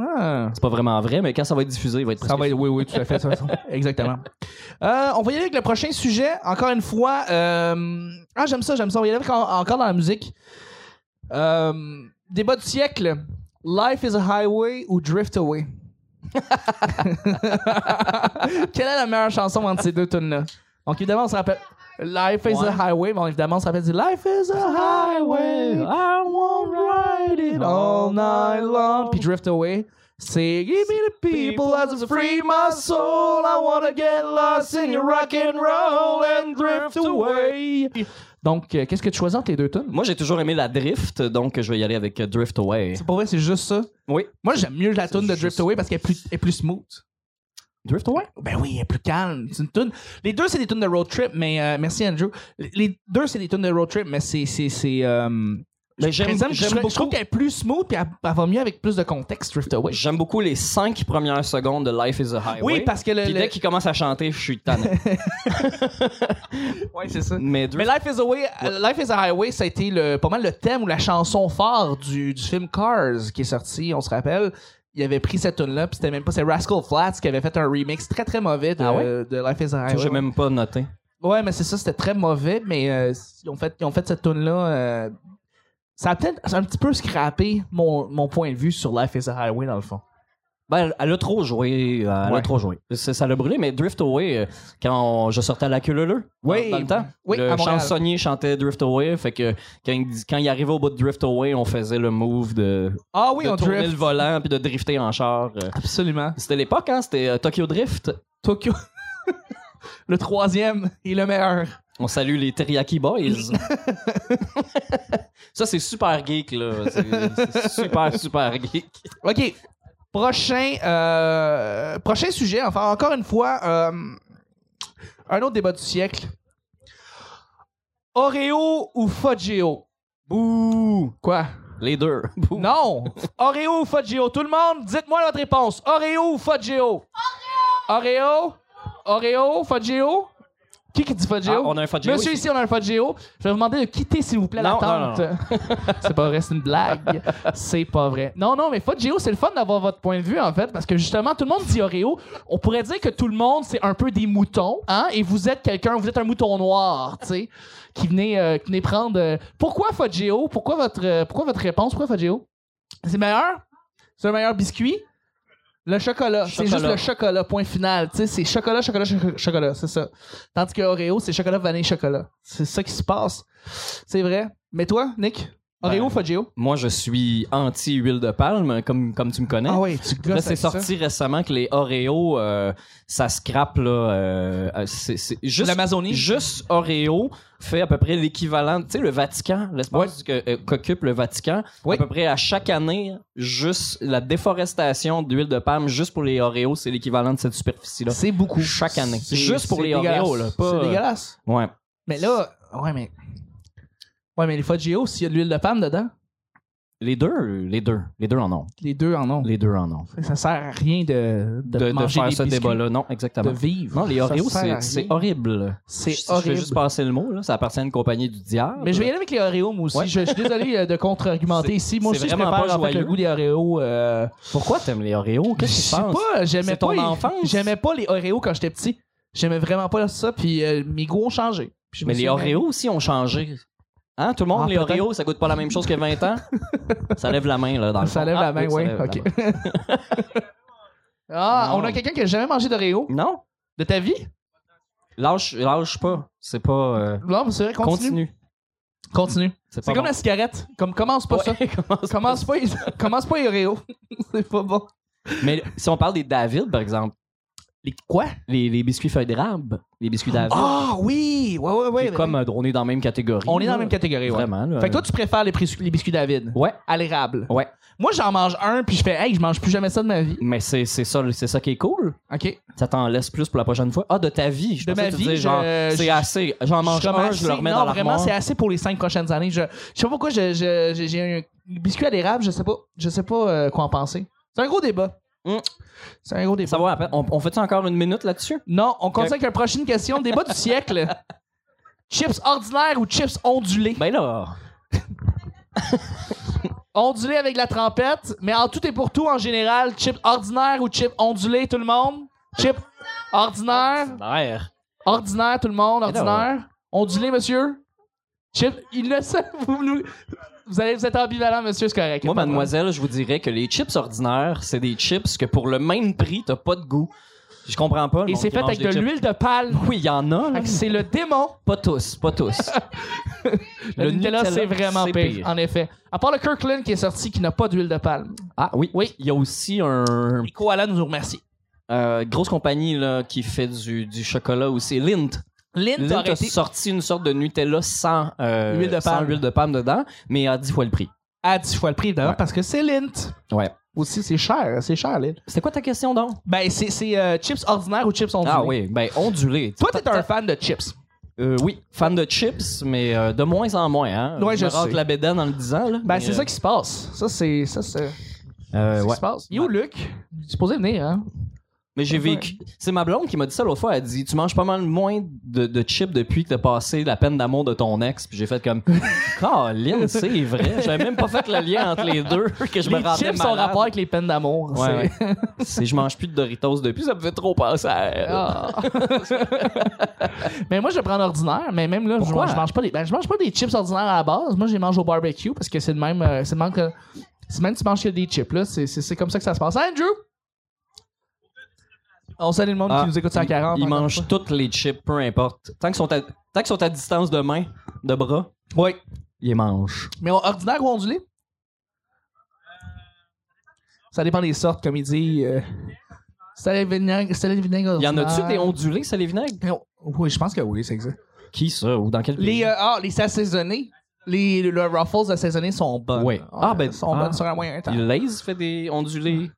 S1: Ah.
S2: C'est pas vraiment vrai, mais quand ça va être diffusé, il va être presque
S1: Ça va être- oui, oui, tout à fait. ça, ça. Exactement. Euh, on va y aller avec le prochain sujet. Encore une fois. euh, Ah, j'aime ça, j'aime ça. On va y aller avec en- encore dans la musique. Euh, Débat du siècle. Life is a highway ou Drift Away? Quelle est la meilleure chanson entre ces deux tunes-là? Donc, évidemment, on se rappelle Life is
S2: Ouais.
S1: a highway. Bon, évidemment, on se rappelle du Life is a highway. I won't ride it all night long. Puis Drift Away, c'est Give me the people as I free my soul. I wanna get lost in your rock and roll and drift away. Donc, euh, qu'est-ce que tu choisis entre les deux tunes?
S2: Moi, j'ai toujours aimé la drift, donc je vais y aller avec euh, Drift Away.
S1: C'est pas vrai, c'est juste ça.
S2: Oui.
S1: Moi, j'aime mieux la tune de
S2: juste-
S1: Drift Away parce qu'elle est plus, elle est plus smooth.
S2: Drift Away?
S1: Ben oui, elle est plus calme. C'est une tune. Les deux, c'est des tunes de road trip, mais euh, merci Andrew. Les- Les deux, c'est des tunes de road trip, mais c'est. c'est, c'est euh,
S2: Mais j'aime-
S1: par exemple, je,
S2: j'aime
S1: trouve- je
S2: beaucoup-
S1: trouve qu'elle est plus smooth puis elle, elle va mieux avec plus de contexte, Drift Away.
S2: J'aime beaucoup les cinq premières secondes de Life is a Highway.
S1: Oui, parce que le.
S2: Puis
S1: le-
S2: dès qu'il commence à chanter, je suis tanné.
S1: Ouais, c'est ça.
S2: mais Drift
S1: Mais Life is, Away, euh, Life is a Highway, ça a été le, pas mal le thème ou la chanson phare du, du film Cars qui est sorti, on se rappelle. Il avait pris cette tune-là, puis c'était même pas. C'est Rascal Flats qui avait fait un remix très très mauvais de,
S2: Ah ouais?
S1: de Life is a
S2: Away,
S1: Highway.
S2: j'ai même pas noté.
S1: Ouais, mais c'est ça, c'était très mauvais, mais euh, ils, ont fait, ils ont fait cette tune-là. euh, ça a peut-être ça a un petit peu scrappé mon, mon point de vue sur Life is a Highway, dans le fond.
S2: Ben, elle- elle a trop joué. Elle a
S1: Ouais.
S2: trop joué. C'est- Ça l'a brûlé, mais Drift Away, euh, quand on- je sortais à la queue leu
S1: Oui.
S2: dans le temps,
S1: Oui, à
S2: le
S1: Montréal.
S2: chansonnier chantait Drift Away. Fait que quand il, dis- quand il arrivait au bout de Drift Away, on faisait le move de,
S1: Ah oui,
S2: de
S1: on
S2: tourner
S1: drift.
S2: le volant puis de drifter en char. euh.
S1: Absolument.
S2: C'était l'époque, hein? C'était euh, Tokyo Drift.
S1: Tokyo. Le troisième est le meilleur.
S2: On salue les Teriyaki Boys. ça, c'est super geek, là. C'est c'est super, super geek.
S1: OK. Prochain, euh, prochain sujet. Enfin, encore une fois, euh, un autre débat du siècle. Oreo ou Foggio? Bouh! Quoi?
S2: Les deux.
S1: Non! Oreo ou Foggio? Tout le monde, dites-moi votre réponse. Oreo ou Foggio? Oreo! Oreo? Foggio? Qui qui dit Foggio?
S2: Ah, on a un Foggio
S1: Monsieur, ici, on a un Foggio. Je vais vous demander de quitter, s'il vous plaît, la
S2: Non,
S1: tente.
S2: non,
S1: c'est pas vrai, c'est une blague. C'est pas vrai. Non, non, mais Foggio, c'est le fun d'avoir votre point de vue, en fait, parce que justement, tout le monde dit Oreo. On pourrait dire que tout le monde, c'est un peu des moutons, hein, et vous êtes quelqu'un, vous êtes un mouton noir, tu sais, qui venez, euh, qui venez prendre. euh, pourquoi Foggio? Pourquoi votre, euh, pourquoi votre réponse? Pourquoi Foggio? C'est meilleur? C'est un meilleur biscuit? Le chocolat, c'est
S2: Chocolat.
S1: juste le chocolat, point final. Tu sais, c'est chocolat, chocolat, chocolat, chocolat, c'est ça. Tandis que Oreo, c'est chocolat, vanille, chocolat. C'est ça qui se passe. C'est vrai. Mais toi, Nick, Oreo
S2: Ben,
S1: ou Foggio?
S2: Moi, je suis anti-huile de palme, comme, comme Ah tu me connais.
S1: oui, tu
S2: Là,
S1: gosses
S2: c'est
S1: avec ça.
S2: sorti récemment que les Oreo, euh, ça scrape, là. euh, euh, c'est, c'est juste,
S1: L'Amazonie?
S2: juste Oreo fait à peu près l'équivalent, tu sais, le Vatican, l'espace que- euh, qu'occupe le Vatican.
S1: Oui.
S2: À peu près à chaque année, juste la déforestation d'huile de palme, juste pour les Oreo, c'est l'équivalent de cette superficie-là.
S1: C'est beaucoup.
S2: Chaque année.
S1: C'est-
S2: Juste pour
S1: c'est
S2: les Oreos,
S1: dégueulasse.
S2: là, pas- euh,
S1: C'est dégueulasse.
S2: Ouais.
S1: Mais là, ouais, mais. Ouais, mais les Foggio, s'il y a de l'huile de palme dedans,
S2: Les deux, les deux, les deux en ont.
S1: les deux en ont.
S2: Les deux en ont.
S1: Ça sert à rien de, de,
S2: De, de
S1: manger
S2: faire
S1: des
S2: ce
S1: biscuits,
S2: débat-là, non, exactement.
S1: De vivre.
S2: Non, les
S1: Ça
S2: Oreos,
S1: sert à rien.
S2: c'est c'est horrible. Je-
S1: C'est
S2: Je
S1: horrible.
S2: vais juste passer le mot, là. Ça appartient à une compagnie du diable.
S1: Mais je vais y aller avec les Oreos, moi aussi.
S2: Ouais.
S1: Je, je suis désolé euh, de contre-argumenter
S2: C'est-
S1: ici. Moi
S2: c'est
S1: aussi, je
S2: vraiment
S1: préfère
S2: pas
S1: en fait, le
S2: joyeux.
S1: goût des Oreos. euh,
S2: Pourquoi t'aimes les Oreos?
S1: je
S2: Qu'est-ce qui se
S1: sais
S2: passe?
S1: pas, j'aimais
S2: C'est ton
S1: pas, les-
S2: enfance?
S1: j'aimais pas les Oreos quand j'étais petit. J'aimais vraiment pas ça, puis euh, mes goûts ont changé. Puis je me
S2: Mais les
S1: suis- ben,
S2: Oreos aussi ont changé. Hein, tout le monde,
S1: Ah,
S2: les
S1: peut-être.
S2: Oreos, ça goûte pas la même chose que 20 ans? ça lève la main, là, dans le
S1: Ça
S2: fond.
S1: lève
S2: Ah,
S1: la main,
S2: oui, ça
S1: oui.
S2: lève la
S1: Ok.
S2: main.
S1: ah,
S2: Non.
S1: on a quelqu'un qui a jamais mangé d'Oreos
S2: Non,
S1: de ta vie?
S2: lâche, lâche pas. C'est pas... euh,
S1: Non, mais c'est vrai, continue. Continue.
S2: continue.
S1: C'est comme la cigarette. Comme, commence pas ça. Commence pas, commence pas les Oreos. c'est pas bon.
S2: Mais si on parle des David, par exemple,
S1: Les quoi?
S2: les, les biscuits feuilles d'érable, les biscuits David,
S1: Ah oui! Ouais, ouais,
S2: c'est
S1: ouais.
S2: comme euh, on est dans la même catégorie.
S1: on est dans
S2: là.
S1: la même catégorie, ouais.
S2: Vraiment. là.
S1: Fait que toi, tu préfères les, pris- les biscuits David
S2: Ouais,
S1: à l'érable.
S2: ouais.
S1: Moi, j'en mange un, puis je fais, hey, je mange plus jamais ça de ma vie.
S2: Mais c'est c'est ça, c'est ça qui est cool.
S1: OK.
S2: Ça t'en laisse plus pour la prochaine fois. Ah, de ta vie. Je
S1: De
S2: pensais
S1: ma
S2: que tu
S1: vie,
S2: disais, genre,
S1: je-
S2: c'est
S1: je-
S2: assez. J'en mange
S1: Comme
S2: un,
S1: assez-
S2: je le remets
S1: non,
S2: dans
S1: vraiment,
S2: l'armoire.
S1: c'est assez pour les cinq prochaines années. Je, je sais pas pourquoi je- je- j'ai j'ai un biscuit à l'érable, je sais pas, je sais pas euh, quoi en penser. C'est un gros débat.
S2: Mm.
S1: C'est un gros débat.
S2: Ça va, après, on, on fait-tu encore une minute là-dessus?
S1: Non, on continue avec la prochaine question. Débat du siècle. Chips ordinaires ou chips ondulés?
S2: Ben là,
S1: Ondulés avec la trempette, mais en tout et pour tout, en général, chips ordinaires ou chips ondulés, tout le monde? Chips ordinaires?
S2: d'air.
S1: Ordinaire, tout le monde,
S2: Mais non.
S1: ordinaire. Ondulé, monsieur. Chip, il le sait. Vous, nous- vous allez, vous êtes ambivalent, monsieur, c'est correct.
S2: Moi,
S1: Pas de
S2: mademoiselle, je vous dirais que les chips ordinaires, c'est des chips que pour le même prix, t'as pas de goût. Je comprends pas. le
S1: problème. Et
S2: monde
S1: c'est
S2: qui
S1: fait
S2: mange
S1: avec
S2: des
S1: de
S2: chips.
S1: l'huile de palme.
S2: Oui, il y en a. là.
S1: Fait que C'est le démon.
S2: Pas tous, pas tous.
S1: Le, Nutella, c'est vraiment pire, Ah,
S2: pire.
S1: en effet. À part le Kirkland qui est sorti, qui n'a pas d'huile de palme.
S2: Ah oui,
S1: Oui.
S2: oui. Il y a aussi un
S1: Et Koala nous remercie.
S2: euh, grosse compagnie là, qui fait du, du chocolat aussi, Lindt.
S1: Lynn,
S2: Lindt
S1: t'as
S2: a
S1: arrêté
S2: sorti une sorte de Nutella sans, euh,
S1: Huile de
S2: sans
S1: palme.
S2: huile de palme dedans, mais à 10 fois le prix.
S1: à 10 fois le prix, d'ailleurs,
S2: Ouais.
S1: parce que c'est Lint.
S2: Ouais.
S1: Aussi, c'est cher, c'est cher, Lint.
S2: C'était quoi ta question donc?
S1: Ben, c'est- c'est euh, chips ordinaires ou chips ondulés.
S2: Ah oui, ben ondulé.
S1: Toi, t'es un fan de chips.
S2: Euh, oui, fan de chips, mais euh, de moins en moins. Hein?
S1: Ouais, je
S2: me rase
S1: sais.
S2: la bédaine en le disant. Là,
S1: Ben,
S2: mais,
S1: c'est
S2: euh,
S1: ça qui se passe. Ça, c'est. Ça, c'est.
S2: euh,
S1: Qu'est-ce
S2: ouais.
S1: qui se passe? Yo, Luc, tu supposé venir, hein?
S2: Mais j'ai vécu. C'est ma blonde qui m'a dit ça l'autre fois. Elle dit Tu manges pas mal moins de, de chips depuis que t'as passé la peine d'amour de ton ex. Puis j'ai fait comme Caroline, c'est vrai. J'avais même pas fait le lien entre les deux que je me
S1: les
S2: rendais
S1: chips
S2: malade.
S1: sont rapport avec les peines d'amour.
S2: Ouais,
S1: c'est-
S2: ouais. Si je mange plus de Doritos depuis, ça me fait trop penser à elle.
S1: Ah. mais moi, je prends ordinaire, mais même là, je
S2: Pourquoi?
S1: mange, je mange pas des, ben, je mange pas des chips ordinaires à la base. Moi, je les mange au barbecue parce que c'est le même, euh, c'est le même que, c'est même que tu manges que des chips, là. C'est, c'est, c'est comme ça que ça se passe. Andrew! On salue le monde
S2: Ah,
S1: qui nous écoute sur la
S2: ils-
S1: 40.
S2: Ils
S1: encore
S2: mangent
S1: une fois.
S2: toutes les chips, peu importe. Tant qu'ils sont à, tant qu'ils sont à distance de main, de bras,
S1: Oui.
S2: ils les mangent.
S1: Mais on- ordinaire ou ondulé? Ça dépend des sortes, comme il dit. euh. Salé vinaigre, salé vinaigre.
S2: Il y en
S1: ordinaire.
S2: a-tu des ondulés, ça, les vinaigres?
S1: Oui, je pense que oui, c'est exact.
S2: Qui ça? Ou dans quel pays?
S1: Les, euh, ah, les assaisonnés. Les, le Ruffles assaisonnés sont bons.
S2: Oui. Ah, ben,
S1: sont
S2: ah.
S1: bonnes sur un moyen temps.
S2: Il Lay's fait des ondulés.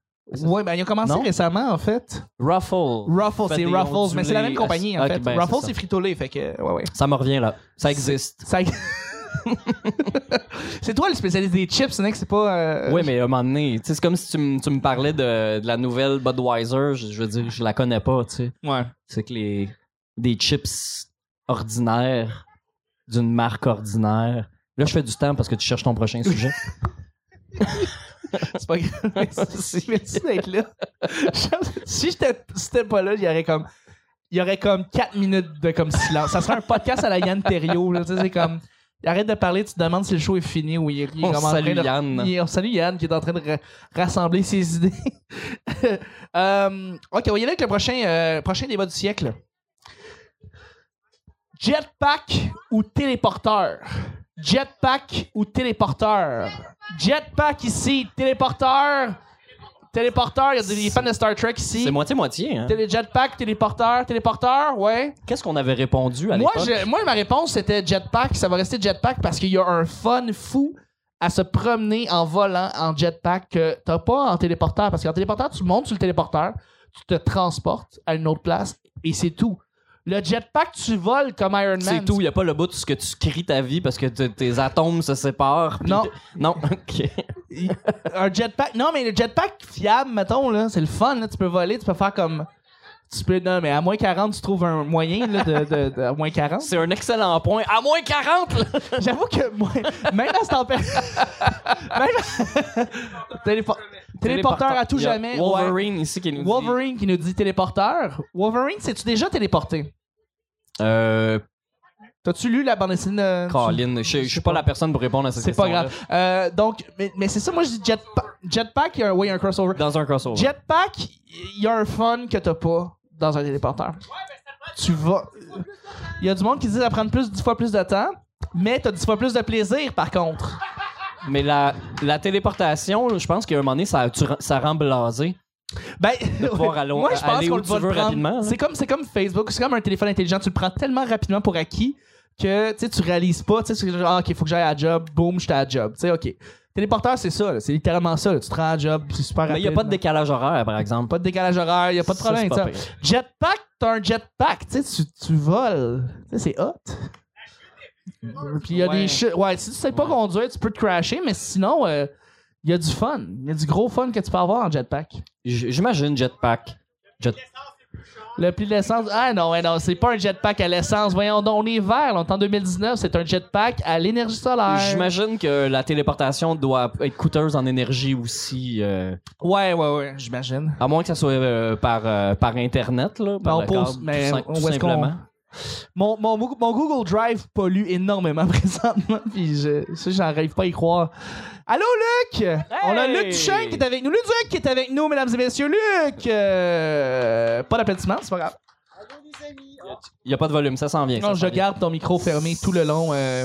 S1: Oui, ben, il a commencé
S2: Non?
S1: récemment, en fait.
S2: Ruffle.
S1: Ruffles,
S2: Fait
S1: c'est
S2: des
S1: Ruffles, mais c'est la
S2: ondulés,
S1: même compagnie, en
S2: ass-
S1: fait.
S2: ok, ben, c'est
S1: Ruffles,
S2: ça.
S1: c'est fritolé, fait que, ouais, ouais.
S2: Ça me revient là. Ça existe.
S1: Ça- c'est toi le spécialiste des chips, mec, c'est pas. euh,
S2: Oui, mais à un moment donné, tu sais, c'est comme si tu, me- tu me parlais de, de la nouvelle Budweiser. Je, je veux dire, je la connais pas, tu sais.
S1: Ouais.
S2: C'est que les des chips ordinaires d'une marque ordinaire. Là, je fais du temps parce que tu cherches ton prochain sujet.
S1: C'est pas grave. Merci merci d'être là. Je- si j'étais c'était pas là, il y aurait comme. Il y aurait comme 4 minutes de comme silence. Ça serait un podcast à la Yann Terriot. là, tu sais, C'est comme. Arrête de parler, tu te demandes si le show est fini ou il, il est
S2: On
S1: comme en train
S2: salue
S1: de-
S2: Yann.
S1: il- on salue Yann qui est en train de ra- rassembler ses idées. Euh, ok, on va y aller avec le prochain, euh, prochain débat du siècle. Jetpack ou téléporteur? Jetpack ou téléporteur? Jetpack ici, téléporteur. Téléporteur, il y a des, des fans de Star Trek ici.
S2: C'est moitié-moitié, hein?
S1: Télé- jetpack, téléporteur, téléporteur, ouais.
S2: Qu'est-ce qu'on avait répondu à
S1: Moi,
S2: l'époque?
S1: je- moi, ma réponse, c'était jetpack. Ça va rester jetpack parce qu'il y a un fun fou à se promener en volant en jetpack que t'as pas en téléporteur. Parce qu'en téléporteur, tu montes sur le téléporteur, tu te transportes à une autre place et c'est tout. Le jetpack, tu voles comme Iron Man.
S2: C'est tout, il n'y a pas le bout de ce que tu cries ta vie parce que t- tes atomes se séparent. puis-
S1: Non.
S2: Non, ok.
S1: Il- un jetpack. Non, mais le jetpack fiable, mettons, là, c'est le fun. Là, tu peux voler, tu peux faire comme. Tu peux. Non, mais à moins 40, tu trouves un moyen là, de, de- de- à moins 40.
S2: C'est un excellent point. À moins 40, là!
S1: J'avoue que moi, même à cette température. même à- Télépor- Téléporteur à tout
S2: Il y a
S1: jamais. ouais.
S2: Wolverine ici qui nous dit-
S1: Wolverine qui nous dit téléporteur. Wolverine, c'est tu déjà téléporté?
S2: Euh,
S1: T'as-tu lu la bande dessinée? de-
S2: Colin, je, je suis pas la personne pour répondre à cette
S1: C'est pas
S2: question-là.
S1: grave. Euh, donc, mais, mais c'est ça, moi je dis jetpack. Jetpack, il y a un, oui, un crossover.
S2: Dans un crossover.
S1: Jetpack, il y a un fun que t'as pas dans un téléporteur. Tu vas. Il y a du monde qui dit ça prendre plus, 10 fois plus de temps, mais t'as 10 fois plus de plaisir par contre.
S2: Mais la, la téléportation, je pense qu'à un moment donné, ça, tu- ça rend blasé.
S1: Ben,
S2: pouvoir aller-
S1: moi je pense
S2: aller où
S1: qu'on le
S2: tu
S1: va le
S2: veux
S1: prendre.
S2: rapidement, hein. là.
S1: C'est comme, c'est comme Facebook, c'est comme un téléphone intelligent, tu le prends tellement rapidement pour acquis que tu sais, tu réalises pas, tu sais, c'est genre, ah, ok, faut que j'aille à la job, boum, j'étais à la job, tu sais, ok. Téléporteur, c'est ça, là, c'est littéralement ça, là. tu te rends à la job, c'est super
S2: Mais il
S1: rapide.
S2: n'y a pas de décalage horaire, par exemple.
S1: Pas de décalage horaire, y a pas de
S2: Ça,
S1: problème
S2: c'est
S1: avec
S2: pas
S1: ça.
S2: pire.
S1: Jetpack, t'as un jetpack, tu sais, tu, tu voles. Tu sais, c'est hot. Puis il y a
S2: Ouais.
S1: des chutes. Ouais, si tu sais pas conduire, tu peux te crasher, mais sinon, il y a du fun. Il y a du gros fun que tu peux avoir en jetpack.
S2: J- J'imagine Jetpack. Jet-
S1: Le prix de l'essence. Ah non, ouais, non, c'est pas un jetpack à l'essence. Voyons donc, on est vert, là, on est en 2019, c'est un jetpack à l'énergie solaire.
S2: J'imagine que la téléportation doit être coûteuse en énergie aussi. euh,
S1: Ouais, ouais, ouais, j'imagine.
S2: à moins que ça soit euh, par, euh, par Internet, là,
S1: Ben,
S2: par
S1: on
S2: le
S1: pose-
S2: câble,
S1: mais
S2: tout, sim-
S1: où
S2: tout
S1: est-ce qu'on-
S2: simplement.
S1: Mon, mon, mon Google Drive pollue énormément présentement, puis je, ça, j'en arrive pas à y croire. Allô, Luc! On a Luc Duchesne qui est avec nous. Luc Duchesne qui est avec nous, mesdames et messieurs. Luc! euh, pas d'applaudissements, c'est pas grave.
S2: Il n'y a pas de volume, ça s'en vient.
S1: Non,
S2: ça
S1: je
S2: s'en vient.
S1: garde ton micro fermé tout le long. euh.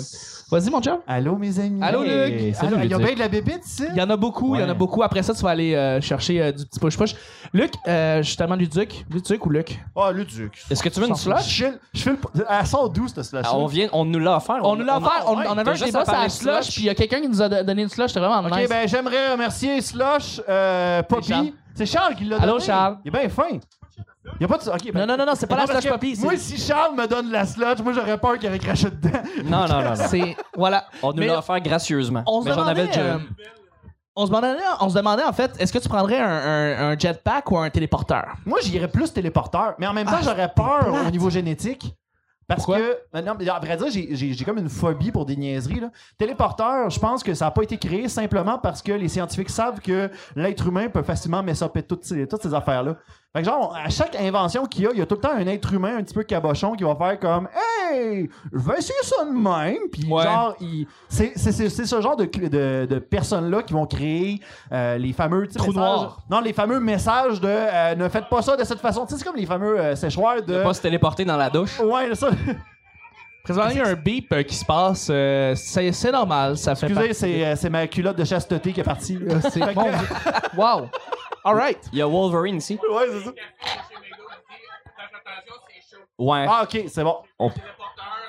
S1: Vas-y, mon chum.
S4: Allô, mes amis.
S1: Allô,
S2: Hey,
S1: Luc! Ah,
S2: salut,
S4: Il y
S2: Luc.
S4: a Ah, bien de la bébite ici.
S1: Il y en a beaucoup, il y en a
S2: Ouais.
S1: beaucoup. Après ça, tu vas aller euh, chercher euh, du petit push-push. Luc, euh, justement, Luduc. Luduc ou Luc?
S4: Ah, le Duc.
S2: Est-ce que tu veux une
S1: Sans flash?
S4: Je fais le- je fais le. À 112, le slash.
S2: Ah, on, vient, on nous l'a offert.
S1: On nous l'a
S2: on-
S1: offert, on,
S2: ouais,
S1: on
S2: t'as
S1: avait un
S2: juste
S1: débat
S2: à
S1: sur
S2: parler
S1: la
S2: de
S1: slush, puis il y a quelqu'un qui nous a do- donné une slush, c'était vraiment
S4: Ok,
S1: nice.
S4: ben j'aimerais remercier Slosh, euh,
S1: Charles.
S4: Poppy. C'est Charles qui l'a donné.
S1: Allô, Charles.
S4: Il est bien fin. Il y a pas de. Ok, ben-
S1: Non, non, non, non, c'est pas la
S4: parce
S1: slush
S4: que
S1: poppy.
S4: Moi,
S1: c'est-
S4: si Charles me donne la slush, moi j'aurais peur qu'il y ait craché dedans.
S2: Non, non, non. non.
S1: C'est. Voilà.
S2: On nous
S1: Mais-
S2: l'a offert gracieusement.
S1: On se
S2: Mais j'en
S1: demandait.
S2: avais déjà.
S1: euh, on se demandait, on se demandait, en fait, est-ce que tu prendrais un, un- un jetpack ou un téléporteur?
S4: Moi, j'irais plus téléporteur, mais en même temps,
S1: Ah,
S4: j'aurais peur
S1: plate.
S4: au niveau génétique. Parce
S1: Pourquoi?
S4: que, ben non, mais à vrai dire, j'ai- j'ai j'ai comme une phobie pour des niaiseries. Là. Téléporteur, je pense que ça n'a pas été créé simplement parce que les scientifiques savent que l'être humain peut facilement messopper toutes ces, toutes ces affaires-là. Fait que genre, à chaque invention qu'il y a, il y a tout le temps un être humain un petit peu cabochon qui va faire comme « Hey, je vais essayer ça de même! » Puis
S1: Ouais.
S4: genre, il- c'est c'est- c'est- c'est ce genre de, de, de personnes-là qui vont créer euh, les fameux... tu sais,
S1: Trou
S4: messages-
S1: noir.
S4: non, les fameux messages de euh, ne faites pas ça de cette façon. Tu sais, c'est comme les fameux euh, séchoirs de.
S2: Pas se téléporter dans la douche.
S4: Ouais, ça.
S1: Présentement, il y a un beep euh, qui se passe. euh, c'est c'est normal, ça fait.
S4: Excusez, c'est, euh, c'est ma culotte de chasteté qui est partie.
S1: partie- Euh, c'est- mon Dieu. Wow! All right.
S2: Il y a Wolverine ici.
S4: Ouais, c'est ça.
S2: Ouais.
S4: Ah, ok, c'est bon.
S2: On-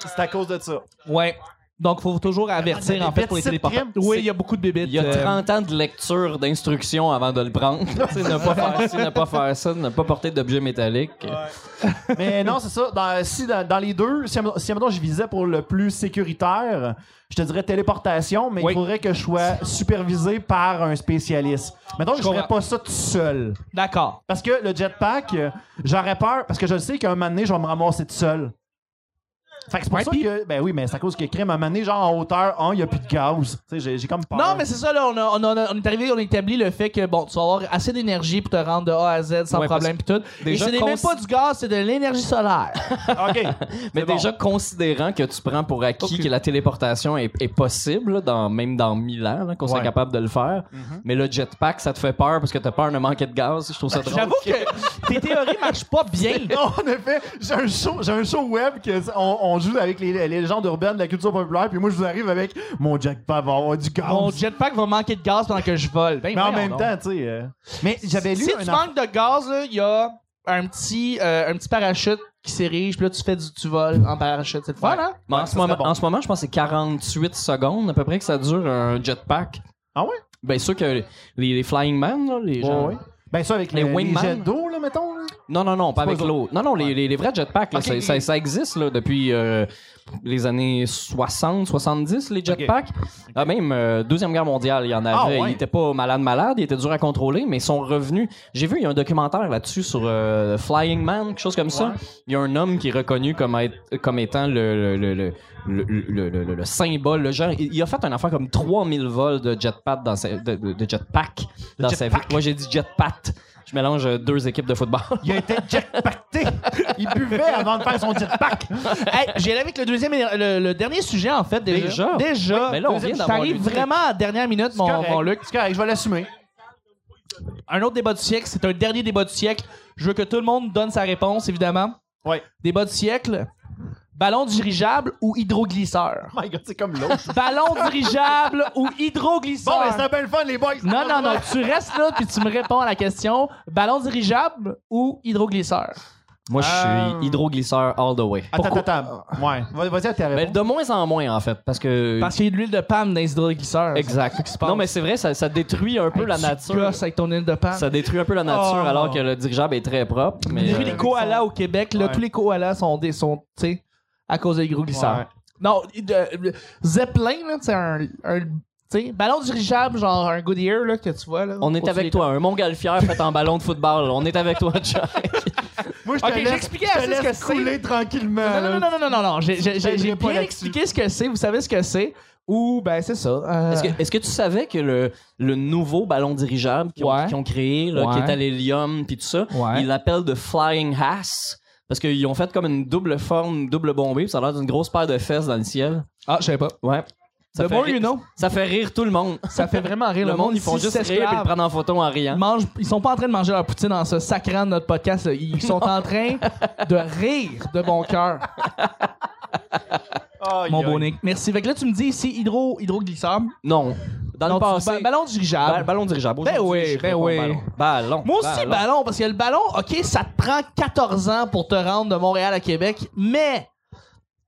S4: C'est à cause de ça.
S1: Ouais. Donc, faut toujours avertir, en fait, pour les
S4: Bébites,
S1: téléportables.
S4: c'est-
S1: Oui, il y a beaucoup de bébites.
S2: Il y a
S1: euh,
S2: 30 ans de lecture d'instructions avant de le prendre. Tu sais, ne, pas faire, ci, ne pas faire ça, ne pas porter d'objets métalliques.
S4: Mais non, c'est ça. Dans, si dans, dans les deux, si, si mettons, je visais pour le plus sécuritaire, je te dirais téléportation, mais
S1: Oui.
S4: il faudrait que je sois supervisé par un spécialiste. Mettons que je ferais
S1: comprends.
S4: pas ça tout seul.
S1: D'accord.
S4: Parce que le jetpack, euh, j'aurais peur, parce que je le sais qu'un moment donné, je vais me ramasser tout seul. Fait que c'est pour
S1: Ouais,
S4: ça
S1: puis-
S4: que. Ben oui, mais c'est à cause que crime, à un moment donné, genre en hauteur, il n'y a plus de gaz. Tu sais, j'ai- j'ai comme peur.
S1: Non, mais c'est ça, là, on, a- on a- on est arrivé, on a établi le fait que, bon, tu vas avoir assez d'énergie pour te rendre de A à Z sans
S2: Ouais, parce
S1: problème pis tout. Et
S2: déjà
S1: ce n'est
S2: qu'on
S1: même
S2: s-
S1: pas du gaz, c'est de l'énergie solaire.
S4: OK.
S2: Mais
S4: C'est bon.
S2: déjà, considérant que tu prends pour acquis que la téléportation est, est possible, là, dans, même dans 1000 ans, là, qu'on soit
S4: Ouais.
S2: capable de le faire,
S1: Mm-hmm.
S2: mais le jetpack, ça te fait peur parce que t'as peur de manquer de gaz. Je trouve ça drôle.
S1: J'avoue que tes théories marchent pas bien.
S4: Non, en effet, j'ai un show, j'ai un show web que ça- on, on joue avec les, les légendes urbaines de la culture populaire, puis moi je vous arrive avec mon Jack Pav, on va du gaz.
S1: Mon jetpack va manquer de gaz pendant que je vole. Ben,
S4: mais en
S1: voyons
S4: même
S1: donc.
S4: temps, tu sais. euh, Mais j'avais lu
S1: si tu
S4: un aff-
S1: manques de gaz, là, il y a un petit, euh, un petit parachute qui s'érige, puis là, tu fais du tu voles en parachute. C'est le fun, hein?
S2: Mais en,
S4: Ouais,
S2: ce
S4: ça
S2: moment,
S4: serait bon.
S2: en ce moment, je pense que c'est 48 secondes à peu près que ça dure un jetpack.
S4: Ah ouais?
S2: Bien sûr que les, les Flying Man, là, les gens.
S4: Ouais, ouais. Ben ça avec
S2: Les
S4: les, les
S2: wingman.
S4: jets d'eau, là, mettons. là.
S2: Non, non, non, pas
S4: pas
S2: avec
S4: eux
S2: l'eau. Non, non, les, les- les vrais jetpacks, là,
S4: Ok,
S2: c'est-
S4: ok.
S2: ça, ça existe là, depuis euh, les années 60, 70, les jetpacks. Ah, même euh, Deuxième Guerre mondiale, il y en
S4: Ah,
S2: avait.
S4: ouais.
S2: Ils étaient pas malades, malades, ils étaient durs à contrôler, mais ils sont revenus. J'ai vu, il y a un documentaire là-dessus sur euh, Flying Man, quelque chose comme ça. Il y a un homme qui est reconnu comme, être- comme étant le, le, le, le, le- le- le- le symbole. Le genre, il, il a fait un affaire comme 3000 vols de jetpack dans sa, de, de- de jetpack dans sa vie. Moi, j'ai dit jetpack. Je mélange euh, deux équipes de football.
S4: Il a été jackpacté. Il buvait avant de faire son jetpack.
S1: hey, j'ai allé avec le deuxième, et le, le dernier sujet, en fait, déjà.
S2: Déjà?
S1: Déjà.
S2: Oui, mais là, on vient
S1: Deuxième-
S2: d'avoir
S1: T'arrives
S2: lu le truc.
S1: vraiment à la dernière minute, mon,
S4: Correct.
S1: mon Luc.
S4: C'est correct, je vais l'assumer.
S1: Un autre débat du siècle, c'est un dernier débat du siècle. Je veux que tout le monde donne sa réponse, évidemment.
S4: Ouais.
S1: Débat du siècle. Ballon dirigeable ou hydroglisseur?
S4: Oh my god, c'est comme l'autre.
S1: Ballon dirigeable ou
S4: Bon, ben
S1: hydroglisseur?
S4: c'était bien le fun, les boys.
S1: hein. non, non, non, tu restes là puis tu me réponds à la question. Ballon dirigeable ou hydroglisseur?
S2: Moi, je
S4: Euh.
S2: suis hydroglisseur all the way.
S4: Attends, attends, attends. Ouais. Vas- Vas-y, t'es
S2: Ben, de moins en moins, en fait, parce que...
S1: Parce qu'il y a de l'huile de palme dans les hydroglisseurs.
S2: exact.
S1: passe.
S2: Non, mais c'est vrai, ça, ça détruit un peu la
S1: Tu
S2: nature.
S1: gosses avec ton huile de palme.
S2: Ça détruit un peu la nature
S4: Oh.
S2: alors que le dirigeable est très propre. Mais,
S1: Depuis
S2: euh,
S1: les koalas au Québec, là,
S4: Ouais.
S1: tous les koalas sont, des, sont tu sais, à cause des gros glisseurs.
S4: Ouais.
S1: Non, de- le Zeppelin, là, c'est un, un tu sais, ballon dirigeable, genre un Goodyear, là, que tu vois, là.
S2: on est
S1: Au-dessus
S2: avec
S1: des-
S2: toi, un montgolfière fait en ballon de football. On est avec toi, Jack.
S4: Moi, je
S1: Ok,
S4: te laisse,
S1: j'expliquais
S4: je te
S1: assez ce
S4: laisse
S1: que c'est.
S4: couler tranquillement.
S1: Non, non,
S4: là.
S1: non, non, non, non, non, j'ai j'ai- j'ai- j'ai
S4: T'aimerais pas
S1: bien
S4: là-dessus.
S1: expliqué ce que c'est, vous savez ce que c'est, ou, ben, c'est ça. euh,
S2: Est-ce que, est-ce que tu savais que le, le nouveau ballon dirigeable qu'ils ont,
S1: Ouais.
S2: qu'ils ont créé, là,
S1: Ouais.
S2: qui est à l'hélium puis tout ça,
S1: Ouais.
S2: ils l'appellent de Flying Hass parce qu'ils ont fait comme une double forme, double bombée, puis ça a l'air d'une grosse paire de fesses dans le ciel.
S1: Ah, je savais pas.
S2: Ouais.
S1: The
S2: fait
S1: more
S2: rire-
S1: you know.
S2: ça fait rire tout le monde.
S1: Ça fait vraiment rire
S2: Le,
S1: le,
S2: monde, ils font
S1: si
S2: juste
S1: c'est
S2: rire et le
S1: grave,
S2: prendre en photo en riant.
S1: mangent- ils sont pas en train de manger leur poutine en se sacrant de notre podcast. là. Ils sont en train de rire de bon cœur.
S4: Aïe,
S1: Mon
S4: aïe.
S1: beau Nick. Merci. Fait que là, tu me dis ici hydro, hydroglissable.
S2: Non. Dans
S1: Non,
S2: le
S1: tu dis
S2: passé.
S1: ba- ballon dirigeable.
S2: Ba- ballon dirigeable.
S1: Ben
S2: Aujourd'hui,
S1: oui,
S2: je
S1: ben
S2: réponds
S1: oui.
S2: Ballon. Ballon.
S1: Moi aussi,
S2: ballon.
S1: ballon, parce que le ballon, OK, ça te prend 14 ans pour te rendre de Montréal à Québec, mais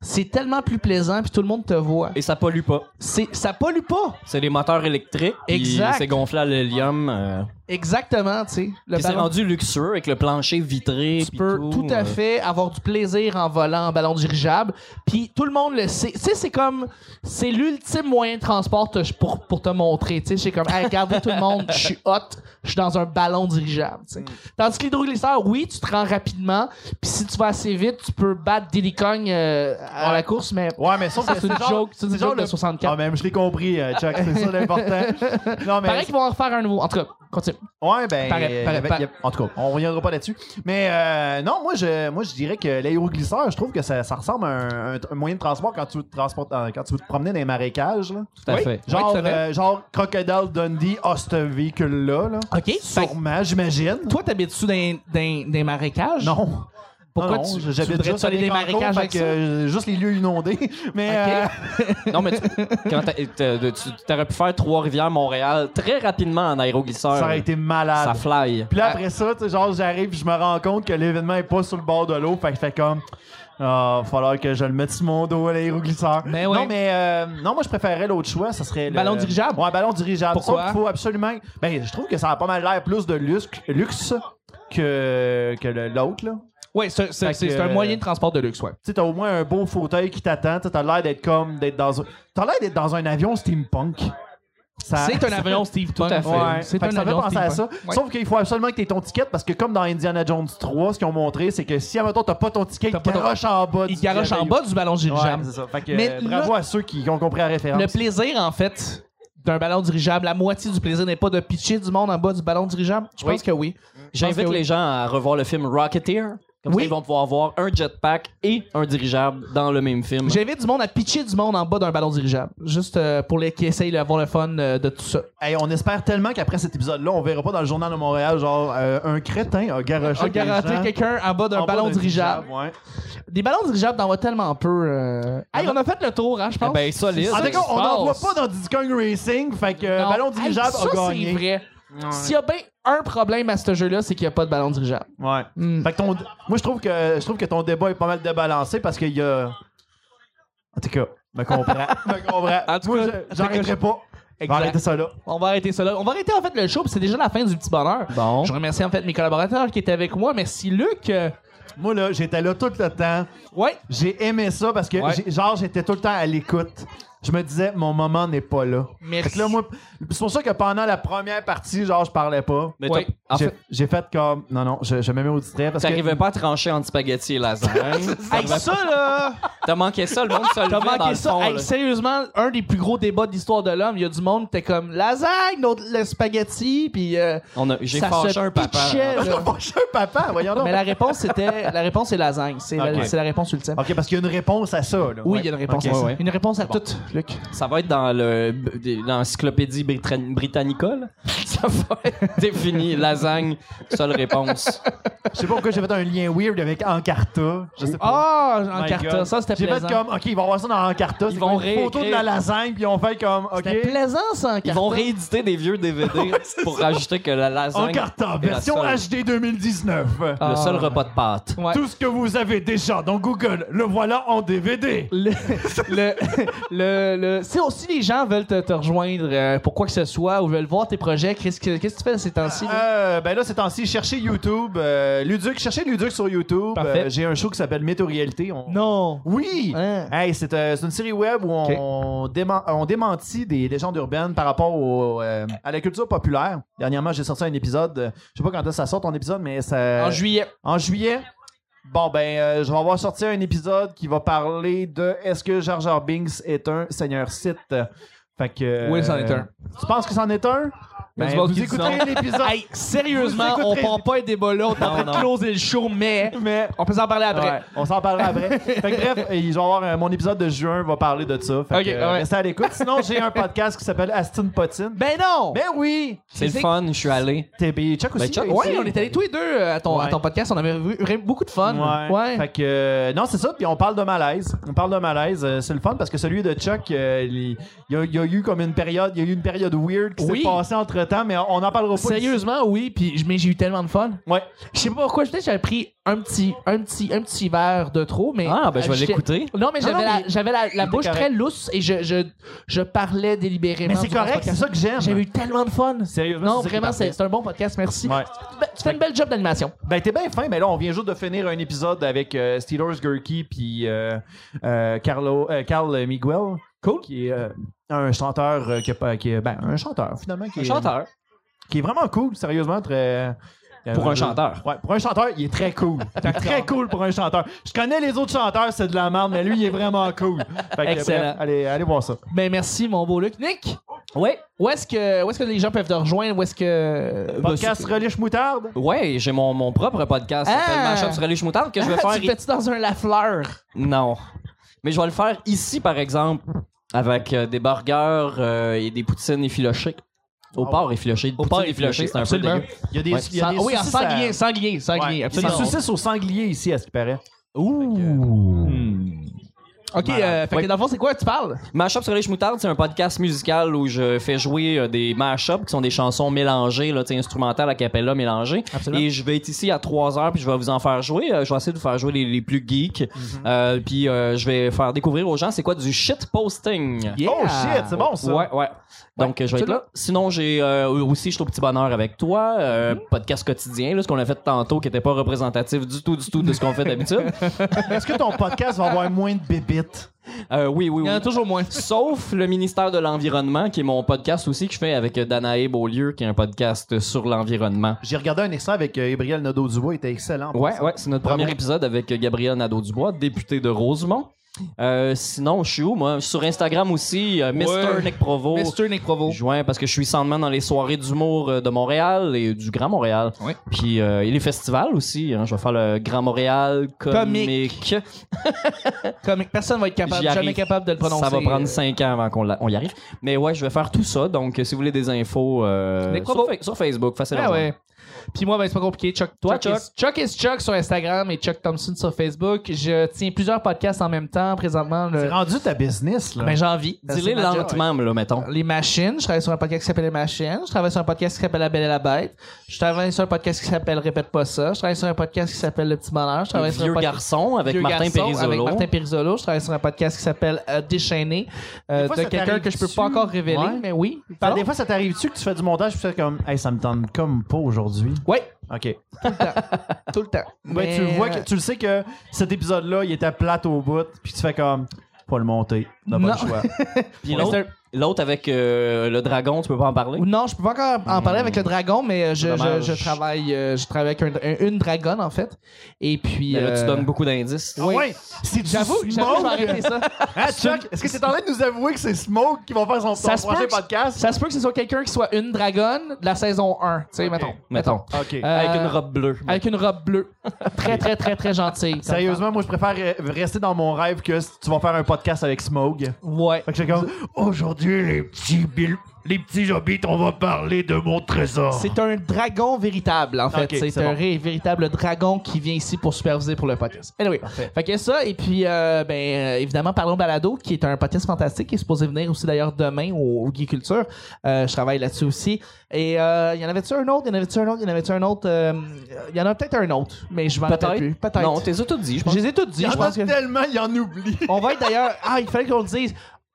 S1: c'est tellement plus plaisant, puis tout le monde te voit.
S2: Et ça pollue pas.
S1: C'est, ça pollue pas.
S2: C'est des moteurs électriques. puis
S1: Exact.
S2: C'est gonflé à l'hélium. euh,
S1: Exactement, tu sais. Le
S2: puis c'est
S1: ballon,
S2: rendu luxueux avec le plancher vitré.
S1: tu
S2: puis
S1: peux
S2: tout,
S1: tout à
S2: euh.
S1: fait avoir du plaisir en volant en ballon dirigeable, puis tout le monde le sait. Tu sais, c'est comme, c'est l'ultime moyen de transport te- pour, pour te montrer, tu sais. C'est comme, Hey, regardez tout le monde, je suis hot, je suis dans un ballon dirigeable, tu sais. Tandis que l'hydroglisseur, oui, tu te rends rapidement, puis si tu vas assez vite, tu peux battre Diddy Kong euh, à
S4: Ouais.
S1: la course, mais
S4: Ouais, mais sauf
S1: ça,
S4: que
S1: c'est une
S4: genre-
S1: joke, c'est une
S4: c'est genre
S1: joke de
S4: le-
S1: 64.
S4: Ah, même, je l'ai compris, euh, Chuck, c'est ça l'important. Non, mais.
S1: Pareil qu'ils vont en refaire un nouveau. En tout cas, continue.
S4: Ouais, ben.
S1: Paraît-
S4: euh,
S1: paraît-
S4: y avait-
S1: paraît-
S4: y a- en tout cas, on reviendra pas là-dessus. Mais euh, non, moi je, moi, je dirais que l'aéroglisseur, je trouve que ça, ça ressemble à un, un- un moyen de transport quand tu veux te, transporter- euh, quand tu veux te promener dans les marécages. là.
S2: Tout à
S1: Oui.
S2: fait.
S4: Genre,
S1: tout à fait.
S4: euh, genre Crocodile Dundee a ce véhicule-là. là.
S1: OK.
S4: Sûrement, j'imagine.
S1: toi, t'habites-tu dans, dans, dans les marécages?
S4: Non.
S1: Pourquoi
S4: Non, non,
S1: tu, tu
S4: j'habite
S1: voudrais
S4: juste
S1: aller
S4: à
S1: des
S4: Canton,
S1: marécages
S4: fait
S1: avec
S4: que,
S1: ça?
S4: euh, juste les lieux inondés. Mais euh,
S2: Non, mais tu quand t'as- t'as- t'as- tu- t'aurais pu faire Trois-Rivières, Montréal, très rapidement en aéroglisseur.
S4: ça aurait été
S2: Ça
S4: malade.
S2: fly.
S1: Ah.
S4: Puis là, après ça, tu sais, genre, j'arrive, je me rends compte que l'événement est pas sur le bord de l'eau. Fait que je fais comme. Ah, falloir que je le mette sur mon dos à l'aéroglisseur.
S1: Mais ouais.
S4: Non, mais euh, non, moi je préférerais l'autre choix, ça serait le
S1: Ballon dirigeable?
S4: Ouais, ballon dirigeable.
S1: Pourquoi?
S4: Sauf qu'il faut absolument. Ben, je trouve que ça a pas mal l'air plus de luxe, luxe que que le- l'autre là.
S1: Ouais, c'est c'est-
S4: Fait
S1: c'est-
S4: que- euh,
S1: c'est un moyen de transport de luxe, ouais.
S4: Tu sais, t'as au moins un beau fauteuil qui t'attend. Tu sais, T'as l'air d'être comme d'être dans un. T'as l'air d'être dans un avion steampunk. Ça-
S1: C'est un avion Steve Tout
S2: à fait.
S4: Ouais.
S1: C'est
S4: Ah, Fait que
S1: un
S4: ça fait
S1: avion
S4: penser à ça.
S1: Steampunk. Ouais.
S4: Sauf qu'il faut absolument que tu aies ton ticket parce que, comme dans Indiana Jones 3, ce qu'ils ont montré, c'est que si, à tu t'as pas ton ticket,
S1: T'as
S4: il
S1: pas ton-
S4: garoche en bas.
S1: Il
S4: du
S1: garoche en
S4: merveilleux.
S1: bas du ballon dirigeable.
S4: Ouais, c'est ça. Fait que,
S1: Mais
S4: euh, bravo à ceux qui ont compris la référence.
S1: Le plaisir, en fait, d'un ballon dirigeable, la moitié du plaisir n'est pas de pitcher du monde en bas du ballon dirigeable? Je
S2: Oui.
S1: pense que oui. Je
S2: J'invite
S1: pense que
S2: les gens à revoir le film Rocketeer. Comme
S1: Oui.
S2: ça, ils vont pouvoir voir un jetpack et un dirigeable dans le même film.
S1: J'invite du monde à pitcher du monde en bas d'un ballon dirigeable. Juste euh, pour les qui essayent d'avoir le fun euh, de tout ça.
S4: Hey, on espère tellement qu'après cet épisode-là, on verra pas dans le journal de Montréal, genre, euh, un crétin a garoché.
S1: On
S4: des gens
S1: garantit quelqu'un en bas d'un
S4: en bas
S1: ballon
S4: d'un
S1: dirigeable.
S4: ouais.
S1: Des ballons dirigeables, t'en vois tellement peu. euh.
S4: Ah
S1: Hey, on a fait le tour,
S4: Eh
S1: hein, je pense.
S2: Ah ben, solide.
S4: En tout cas, on
S2: Ça
S4: n'en voit
S2: passe.
S4: pas dans Discong Racing, fait que euh,
S1: Non.
S4: ballon
S1: Hey,
S4: dirigeable
S1: ça,
S4: a gagné.
S1: c'est vrai. S'il y a bien un problème à ce jeu-là, c'est qu'il n'y a pas de ballon dirigeable.
S4: Ouais.
S1: Hmm.
S4: Fait que ton, moi, je trouve que je trouve que ton débat est pas mal débalancé parce qu'il y a. En tout cas, me comprends. me comprends.
S1: En tout
S4: moi,
S1: cas,
S4: je- j'arrêterai pas. Je vais arrêter ça là.
S1: On va arrêter ça là. On va arrêter en fait le show, puis c'est déjà la fin du petit bonheur.
S2: Bon.
S1: Je remercie en fait mes collaborateurs qui étaient avec moi. Merci Luc. Euh,
S4: Moi, là, j'étais là tout le temps.
S1: Ouais.
S4: J'ai aimé ça parce que,
S1: Ouais.
S4: j'ai- genre, j'étais tout le temps à l'écoute. Je me disais, mon moment n'est pas là.
S1: Merci.
S4: Fait que là, moi, c'est pour ça que pendant la première partie, genre, je parlais pas.
S2: Mais
S1: Ouais.
S2: t'as- en
S4: J'ai
S2: fait,
S4: j'ai fait comme, non, non, je, je me mets au distrait parce que.
S2: t'arrivais pas à trancher entre spaghetti et lasagne.
S1: Hey, ça là,
S2: T'as manqué ça, le monde se
S1: t'as
S2: levait dans
S1: manqué
S2: le
S1: ça.
S2: fond.
S1: Hey,
S2: là.
S1: sérieusement, un des plus gros débats de l'histoire de l'homme. Il y a du monde, t'es comme lasagne, l'autre le spaghetti, puis euh,
S2: On a- J'ai
S1: ça
S2: fâché
S1: se
S2: un papa.
S1: pitchait, là.
S4: Bon, je suis un papa, voyons donc.
S1: Mais la réponse c'était, la réponse c'est lasagne. C'est la,
S4: Ok.
S1: c'est la réponse ultime.
S4: Ok, parce qu'il y a une réponse à ça, là.
S1: Oui, il y a une réponse.
S4: Ok.
S1: à ça.
S2: Ouais, ouais.
S1: Une réponse à toutes, Luc.
S2: Ça va être dans le des- l'encyclopédie Britra- britannica. là. Ça va être défini. Lasagne, seule réponse.
S4: Je sais pas pourquoi j'ai fait un lien weird avec Encarta. Je sais pas.
S1: Ah,
S4: Oh
S1: en
S4: my
S1: carta,
S4: God.
S1: ça c'était
S4: J'ai
S1: plaisant.
S4: fait comme, OK, ils vont avoir ça dans Encarta.
S2: Ils
S4: C'est
S2: vont
S4: comme une photo de
S2: réécrire.
S4: la lasagne, puis on fait comme, OK.
S1: C'était plaisant ça en
S2: Ils
S1: carta.
S2: vont rééditer des vieux DVD pour rajouter que la lasagne
S4: Encarta,
S2: est la
S4: version
S2: seule-
S4: HD 2019.
S2: le
S1: Ah.
S2: seul repas de pâtes.
S1: Ouais.
S4: Tout ce que vous avez déjà dans Google, le voilà en DVD.
S1: le, le, le, le- si aussi les gens veulent te, te rejoindre euh, pour quoi que ce soit ou veulent voir tes projets, qu'est-ce que, qu'est-ce que tu fais ces temps-ci? là?
S4: Euh, ben là, ces temps-ci, cherchez YouTube. euh, Luduc, cherchez Luduc sur YouTube.
S1: Parfait.
S4: Euh, J'ai un show qui s'appelle Météo-réalité. On-
S1: non.
S4: Oui!
S1: Hein?
S4: Hey, c'est euh, c'est une série web où on, démen- on démentit des légendes urbaines par rapport au, euh, à la culture populaire. Dernièrement, j'ai sorti un épisode. euh, je sais pas quand est-ce que ça sort ton épisode, mais ça.
S1: en juillet.
S4: en juillet. Bon, ben, euh, je vais avoir sorti un épisode qui va parler de est-ce que Jar Jar Binks est un seigneur Sith. Fait que. euh,
S1: Oui, c'en est un.
S4: Tu penses que c'en est un?
S1: Mais
S4: Ben,
S1: tu vois
S4: vous
S1: qu'il dit
S4: écouterez
S1: non.
S4: l'épisode.
S1: Hey, sérieusement, on
S4: Vous écouterez-
S1: prend pas un débat là, on est en train de closer le show, mais
S4: mais.
S1: on peut s'en parler
S4: Ouais,
S1: après.
S4: on s'en parlera après. Fait que bref, ils vont avoir euh, mon épisode de juin va parler de ça. Fait
S1: Ok,
S4: que, euh,
S1: ouais.
S4: restez à l'écoute. Sinon, j'ai un podcast qui s'appelle Astin Potine. Ben,
S1: Ben non!
S4: oui,
S2: C'est le
S1: C'est-
S2: fun, je suis allé.
S4: t'es ben, check aussi.
S2: Ben, check.
S4: euh,
S1: Ouais,
S4: ici.
S1: on est allés tous les deux euh, à ton,
S4: Ouais.
S1: à ton podcast, on avait eu eu beaucoup de fun.
S4: Ouais. Fait que euh, non, c'est ça. Puis on parle de malaise. On parle de malaise. Euh, c'est le fun parce que celui de Chuck, euh, les- il y, a- il y a eu comme une période, il y a eu une période weird qui
S1: Oui.
S4: s'est passée entre temps, mais on n'en parlera pas. ici.
S1: Sérieusement, oui, puis mais j'ai eu tellement de fun.
S4: Ouais.
S1: Je sais pas pourquoi, peut-être j'avais pris un petit, un petit, un petit verre de trop, mais.
S2: Ah, ben je vais
S1: J'étais-
S2: l'écouter.
S1: Non, mais
S4: Non,
S1: j'avais
S4: non,
S1: la,
S4: mais-
S1: j'avais la, la bouche
S4: correct.
S1: très lousse et je, je, je parlais délibérément.
S4: Mais c'est
S1: durant ce
S4: correct. C'est
S1: podcast.
S4: ça que j'aime.
S1: J'avais eu tellement de fun.
S4: Sérieusement.
S1: Non,
S4: c'est ça qui est
S1: vraiment, c'est
S4: parfait.
S1: c'est un bon podcast. Merci.
S4: Ouais.
S1: Ben, tu fais une belle job d'animation.
S4: Ben, t'es bien fin, mais là, on vient juste de finir un épisode avec euh, Steelers Gurky puis euh, euh, Carlo, euh, Carl Miguel. Cool. Qui est euh, un chanteur euh, qui, est pas- qui est- ben, un chanteur, finalement. Qui
S2: Un
S4: est,
S2: chanteur.
S4: Qui est vraiment cool, sérieusement, très. euh,
S2: Pour un chanteur.
S4: Ouais, pour un chanteur, il est très cool. Il est très cool pour un chanteur. Je connais les autres chanteurs, c'est de la merde, mais lui, il est vraiment cool. Fait que,
S1: Excellent.
S4: bref, allez, allez voir ça.
S1: Ben, merci, mon beau Luc. Nick,
S2: Ouais.
S1: où est-ce que, où est-ce que les gens peuvent te rejoindre? Où est-ce que.
S4: Podcast
S1: Ben,
S4: Relish Moutarde.
S2: Ouais, j'ai mon, mon propre podcast. Ça
S1: Ah!
S2: s'appelle Machin sur les moutarde que je vais
S1: c'est-
S2: faire.
S1: tu fais-tu dans un lafleur?
S2: Non. Mais je vais le faire ici, par exemple, avec euh, des burgers euh, et des poutines effilochées.
S1: Ah
S2: Au porc effiloché. Au
S1: porc
S2: effiloché,
S1: effiloché,
S2: c'est un peu
S1: absolument.
S2: dégueu.
S4: Il y a des,
S2: Ouais.
S4: il y a
S1: Sans-
S4: des
S1: oui, en
S4: saucisses à-
S1: sanglier, sanglier, sanglier,
S4: C'est des
S1: absolument.
S4: saucisses au sanglier ici, à ce qui paraît.
S1: Ouh. Ok, euh, fait que
S2: Ouais.
S1: dans le fond, c'est quoi que tu parles?
S2: Mashup sur les Schmoutards, c'est un podcast musical où je fais jouer euh, des mashups qui sont des chansons mélangées, là, tu sais, instrumentales, a cappella mélangées.
S1: Absolument.
S2: Et je vais être ici à 3 heures puis je vais vous en faire jouer. Euh, Je vais essayer de vous faire jouer les, les plus geeks.
S1: Mhm.
S2: Euh, puis euh, je vais faire découvrir aux gens c'est quoi du shit posting.
S4: Oh shit, c'est bon ça.
S2: Ouais, ouais. Donc, euh, je vais être là. Sinon, j'ai euh, aussi, je suis au petit bonheur avec toi. euh,
S1: Mm-hmm.
S2: Podcast quotidien, là, ce qu'on a fait tantôt, qui n'était pas représentatif du tout, du tout de ce qu'on fait d'habitude.
S4: Est-ce que ton podcast va avoir moins de bébites?
S2: Euh, oui, oui,
S1: Il y
S2: oui.
S1: en a toujours moins.
S2: Sauf le ministère de l'Environnement, qui est mon podcast aussi que je fais avec euh, Danae Beaulieu, qui est un podcast sur l'environnement.
S4: J'ai regardé un extrait avec euh, Gabriel Nadeau-Dubois, il était excellent.
S2: Ouais, ouais, c'est notre
S4: Bravo.
S2: premier épisode avec euh, Gabriel Nadeau-Dubois, député de Rosemont. Euh, sinon, je suis où, moi? Je suis Sur Instagram aussi, euh, Mr.
S1: Ouais.
S2: Nick Provo.
S1: Mr. Nick Provo.
S2: Juin, parce que je suis Sandman dans les soirées d'humour euh, de Montréal et du Grand Montréal.
S1: Ouais.
S2: Puis euh, et les festivals aussi. hein. Je vais faire le Grand Montréal
S1: Comique.
S2: comique.
S1: Comme personne va être capable,
S2: J'y arrive.
S1: jamais capable de le prononcer.
S2: Ça va prendre 5 ans avant qu'on l'a- on y arrive. Mais ouais, je vais faire tout ça. Donc, euh, si vous voulez des infos euh,
S1: Des
S2: sur,
S1: propos.
S2: Fa- sur Facebook, facile.
S1: Ah
S2: à
S1: ouais. Puis moi, ben, c'est pas compliqué. Chuck,
S2: Toi,
S1: Chuck. Is, Chuck is Chuck sur Instagram et Chuck Thompson sur Facebook. Je tiens plusieurs podcasts en même temps présentement.
S4: C'est
S1: Le...
S4: rendu ta business, là.
S1: Ben, j'ai envie.
S2: rejoindre.
S1: C'est
S2: Dis-les
S1: ma job.
S2: lentement, là, mettons.
S1: Les machines. Je travaille sur un podcast qui s'appelle Les machines. Je travaille sur un podcast qui s'appelle La Belle et la Bête. Je travaille sur un podcast qui s'appelle Répète pas ça. Je travaille sur un podcast qui s'appelle Le Petit Bonheur. Je travaille sur un
S2: Vieux
S1: podcast-
S2: garçon avec
S1: Vieux
S2: Martin
S1: Garçon Avec
S2: Périsolo.
S1: Martin Périsolo. Je travaille sur un podcast qui s'appelle euh, Déchaîné. euh,
S4: Des fois,
S1: de
S4: ça
S1: quelqu'un que je peux
S4: t'arrive-tu?
S1: pas encore révéler,
S4: Ouais.
S1: mais oui.
S4: Fait que
S1: Pardon?
S4: des fois, ça t'arrive-tu que tu fais du montage et tu fais comme, hey, ça me tente comme pas aujourd'hui?
S1: Ouais,
S4: OK.
S1: tout le temps.
S4: Ben,
S1: Mais,
S4: tu, le vois
S1: euh,
S4: que, tu le sais que cet épisode-là, il était plate au bout, puis tu fais comme, faut le monter. T'as pas
S1: Non.
S4: le choix.
S2: Puis
S1: Ouais.
S2: l'autre- l'autre avec euh, le dragon, tu peux pas en parler?
S1: Ou Non, je peux pas encore en parler avec le dragon, mais euh, je, je,
S2: Hmm. Dommage.
S1: je travaille euh, je travaille avec un- un- une dragonne en fait. Et puis
S2: Mais Là, tu
S1: euh,
S2: donnes beaucoup d'indices.
S1: Oui.
S4: Ah Ouais, c'est du
S1: J'avoue, j'avoue, je vais
S4: smoke.
S1: arrêter ça.
S4: Hein, Chuck, est-ce que t'es en train de nous avouer que c'est Smoke qui va faire son, son
S1: Ça se peut
S4: prochain
S1: que-
S4: podcast?
S1: Ça se peut que ce soit quelqu'un qui soit une dragonne de la saison 1, tu sais, mettons.
S2: Mettons.
S4: OK.
S1: Euh,
S2: Avec une robe bleue.
S1: Avec une robe bleue. Très, très, très, très gentille.
S4: Sérieusement, moi, je préfère euh, rester dans mon rêve que si tu vas faire un podcast avec Smoke.
S1: Ouais.
S4: Fait que j'ai comme, aujourd'hui, les petits, bil- les petits hobbits, on va parler de mon trésor.
S1: C'est un dragon véritable, en fait.
S4: Ok,
S1: c'est
S4: c'est
S1: un
S4: bon.
S1: ré- véritable dragon qui vient ici pour superviser pour le podcast. Anyway.
S4: Parfait.
S1: Fait que ça, et puis, euh, ben, euh, évidemment, Parlons Balado, qui est un podcast fantastique, qui est supposé venir aussi d'ailleurs demain au, au Geek Culture. Euh, je travaille là-dessus aussi. Et euh, il y en avait-tu un autre? Il y en avait-tu un autre? Il y en avait-tu un autre? Euh, il y en a peut-être un autre, mais je m'en rappelle plus. Peut-être.
S2: Non, t'es tout dit, je
S1: je
S2: pense.
S1: les ai toutes dit,
S4: Il y en
S1: je
S4: a
S1: pense que...
S4: tellement, il en oublie.
S1: On va être d'ailleurs. Ah, il fallait qu'on le dise.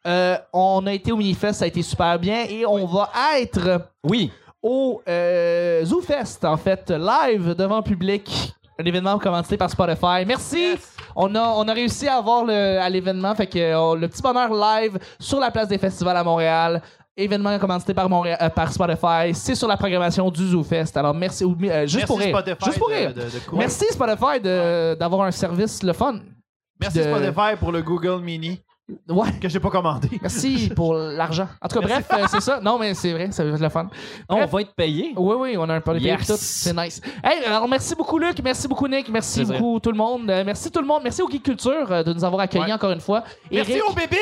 S1: Euh, on a été au Minifest, ça a été super bien. Et on va être
S2: Oui.
S1: au euh, ZooFest, en fait, live devant public. Un événement commencé par Spotify. Merci. On, a, on a réussi à avoir le, à l'événement. Fait que euh, le petit bonheur live sur la place des festivals à Montréal. Événement commencé par, Montréal, euh, par Spotify. C'est sur la programmation du ZooFest. Alors merci. au- euh, juste
S4: Merci
S1: pour rire.
S4: Spotify
S1: Juste pour
S4: de-
S1: rire.
S4: de- de quoi?
S1: Merci Spotify de- d'avoir un service le fun.
S4: Merci
S1: de-
S4: Spotify pour le Google Mini
S1: Ouais.
S4: que j'ai pas commandé.
S1: Merci pour l'argent. En tout cas, bref, euh, c'est ça. Non, mais c'est vrai, ça va être le fun.
S2: On
S1: Bref.
S2: va être payé.
S1: Oui, oui, on a un parler
S2: Yes.
S1: tout. C'est nice. Hey, alors merci beaucoup, Luc. Merci beaucoup, Nick. Merci
S2: Plaisir.
S1: beaucoup, tout le monde. Euh, merci tout le monde. Merci au Geek Culture euh, de nous avoir accueillis
S4: Ouais.
S1: encore une fois.
S4: Merci
S1: Eric,
S4: aux bébites!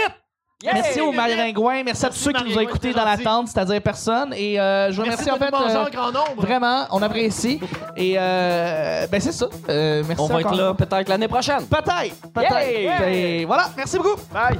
S1: merci aux
S4: Eric.
S1: Maringouins. Merci, à tous ceux qui nous ont
S4: Maringouins,
S1: écoutés
S4: c'est
S1: dans
S4: gentil.
S1: l'attente, c'est-à-dire personne. Et euh, je vous
S4: Merci
S1: remercie
S4: de
S1: en
S4: nous
S1: fait.
S4: manger
S1: euh,
S4: en grand nombre!
S1: vraiment, on apprécie. Et euh, ben c'est ça. Euh, merci
S2: On va
S1: encore.
S2: être là peut-être l'année prochaine.
S1: Peut-être, peut-être.
S2: Yeah.
S1: Et voilà, merci beaucoup.
S4: Bye!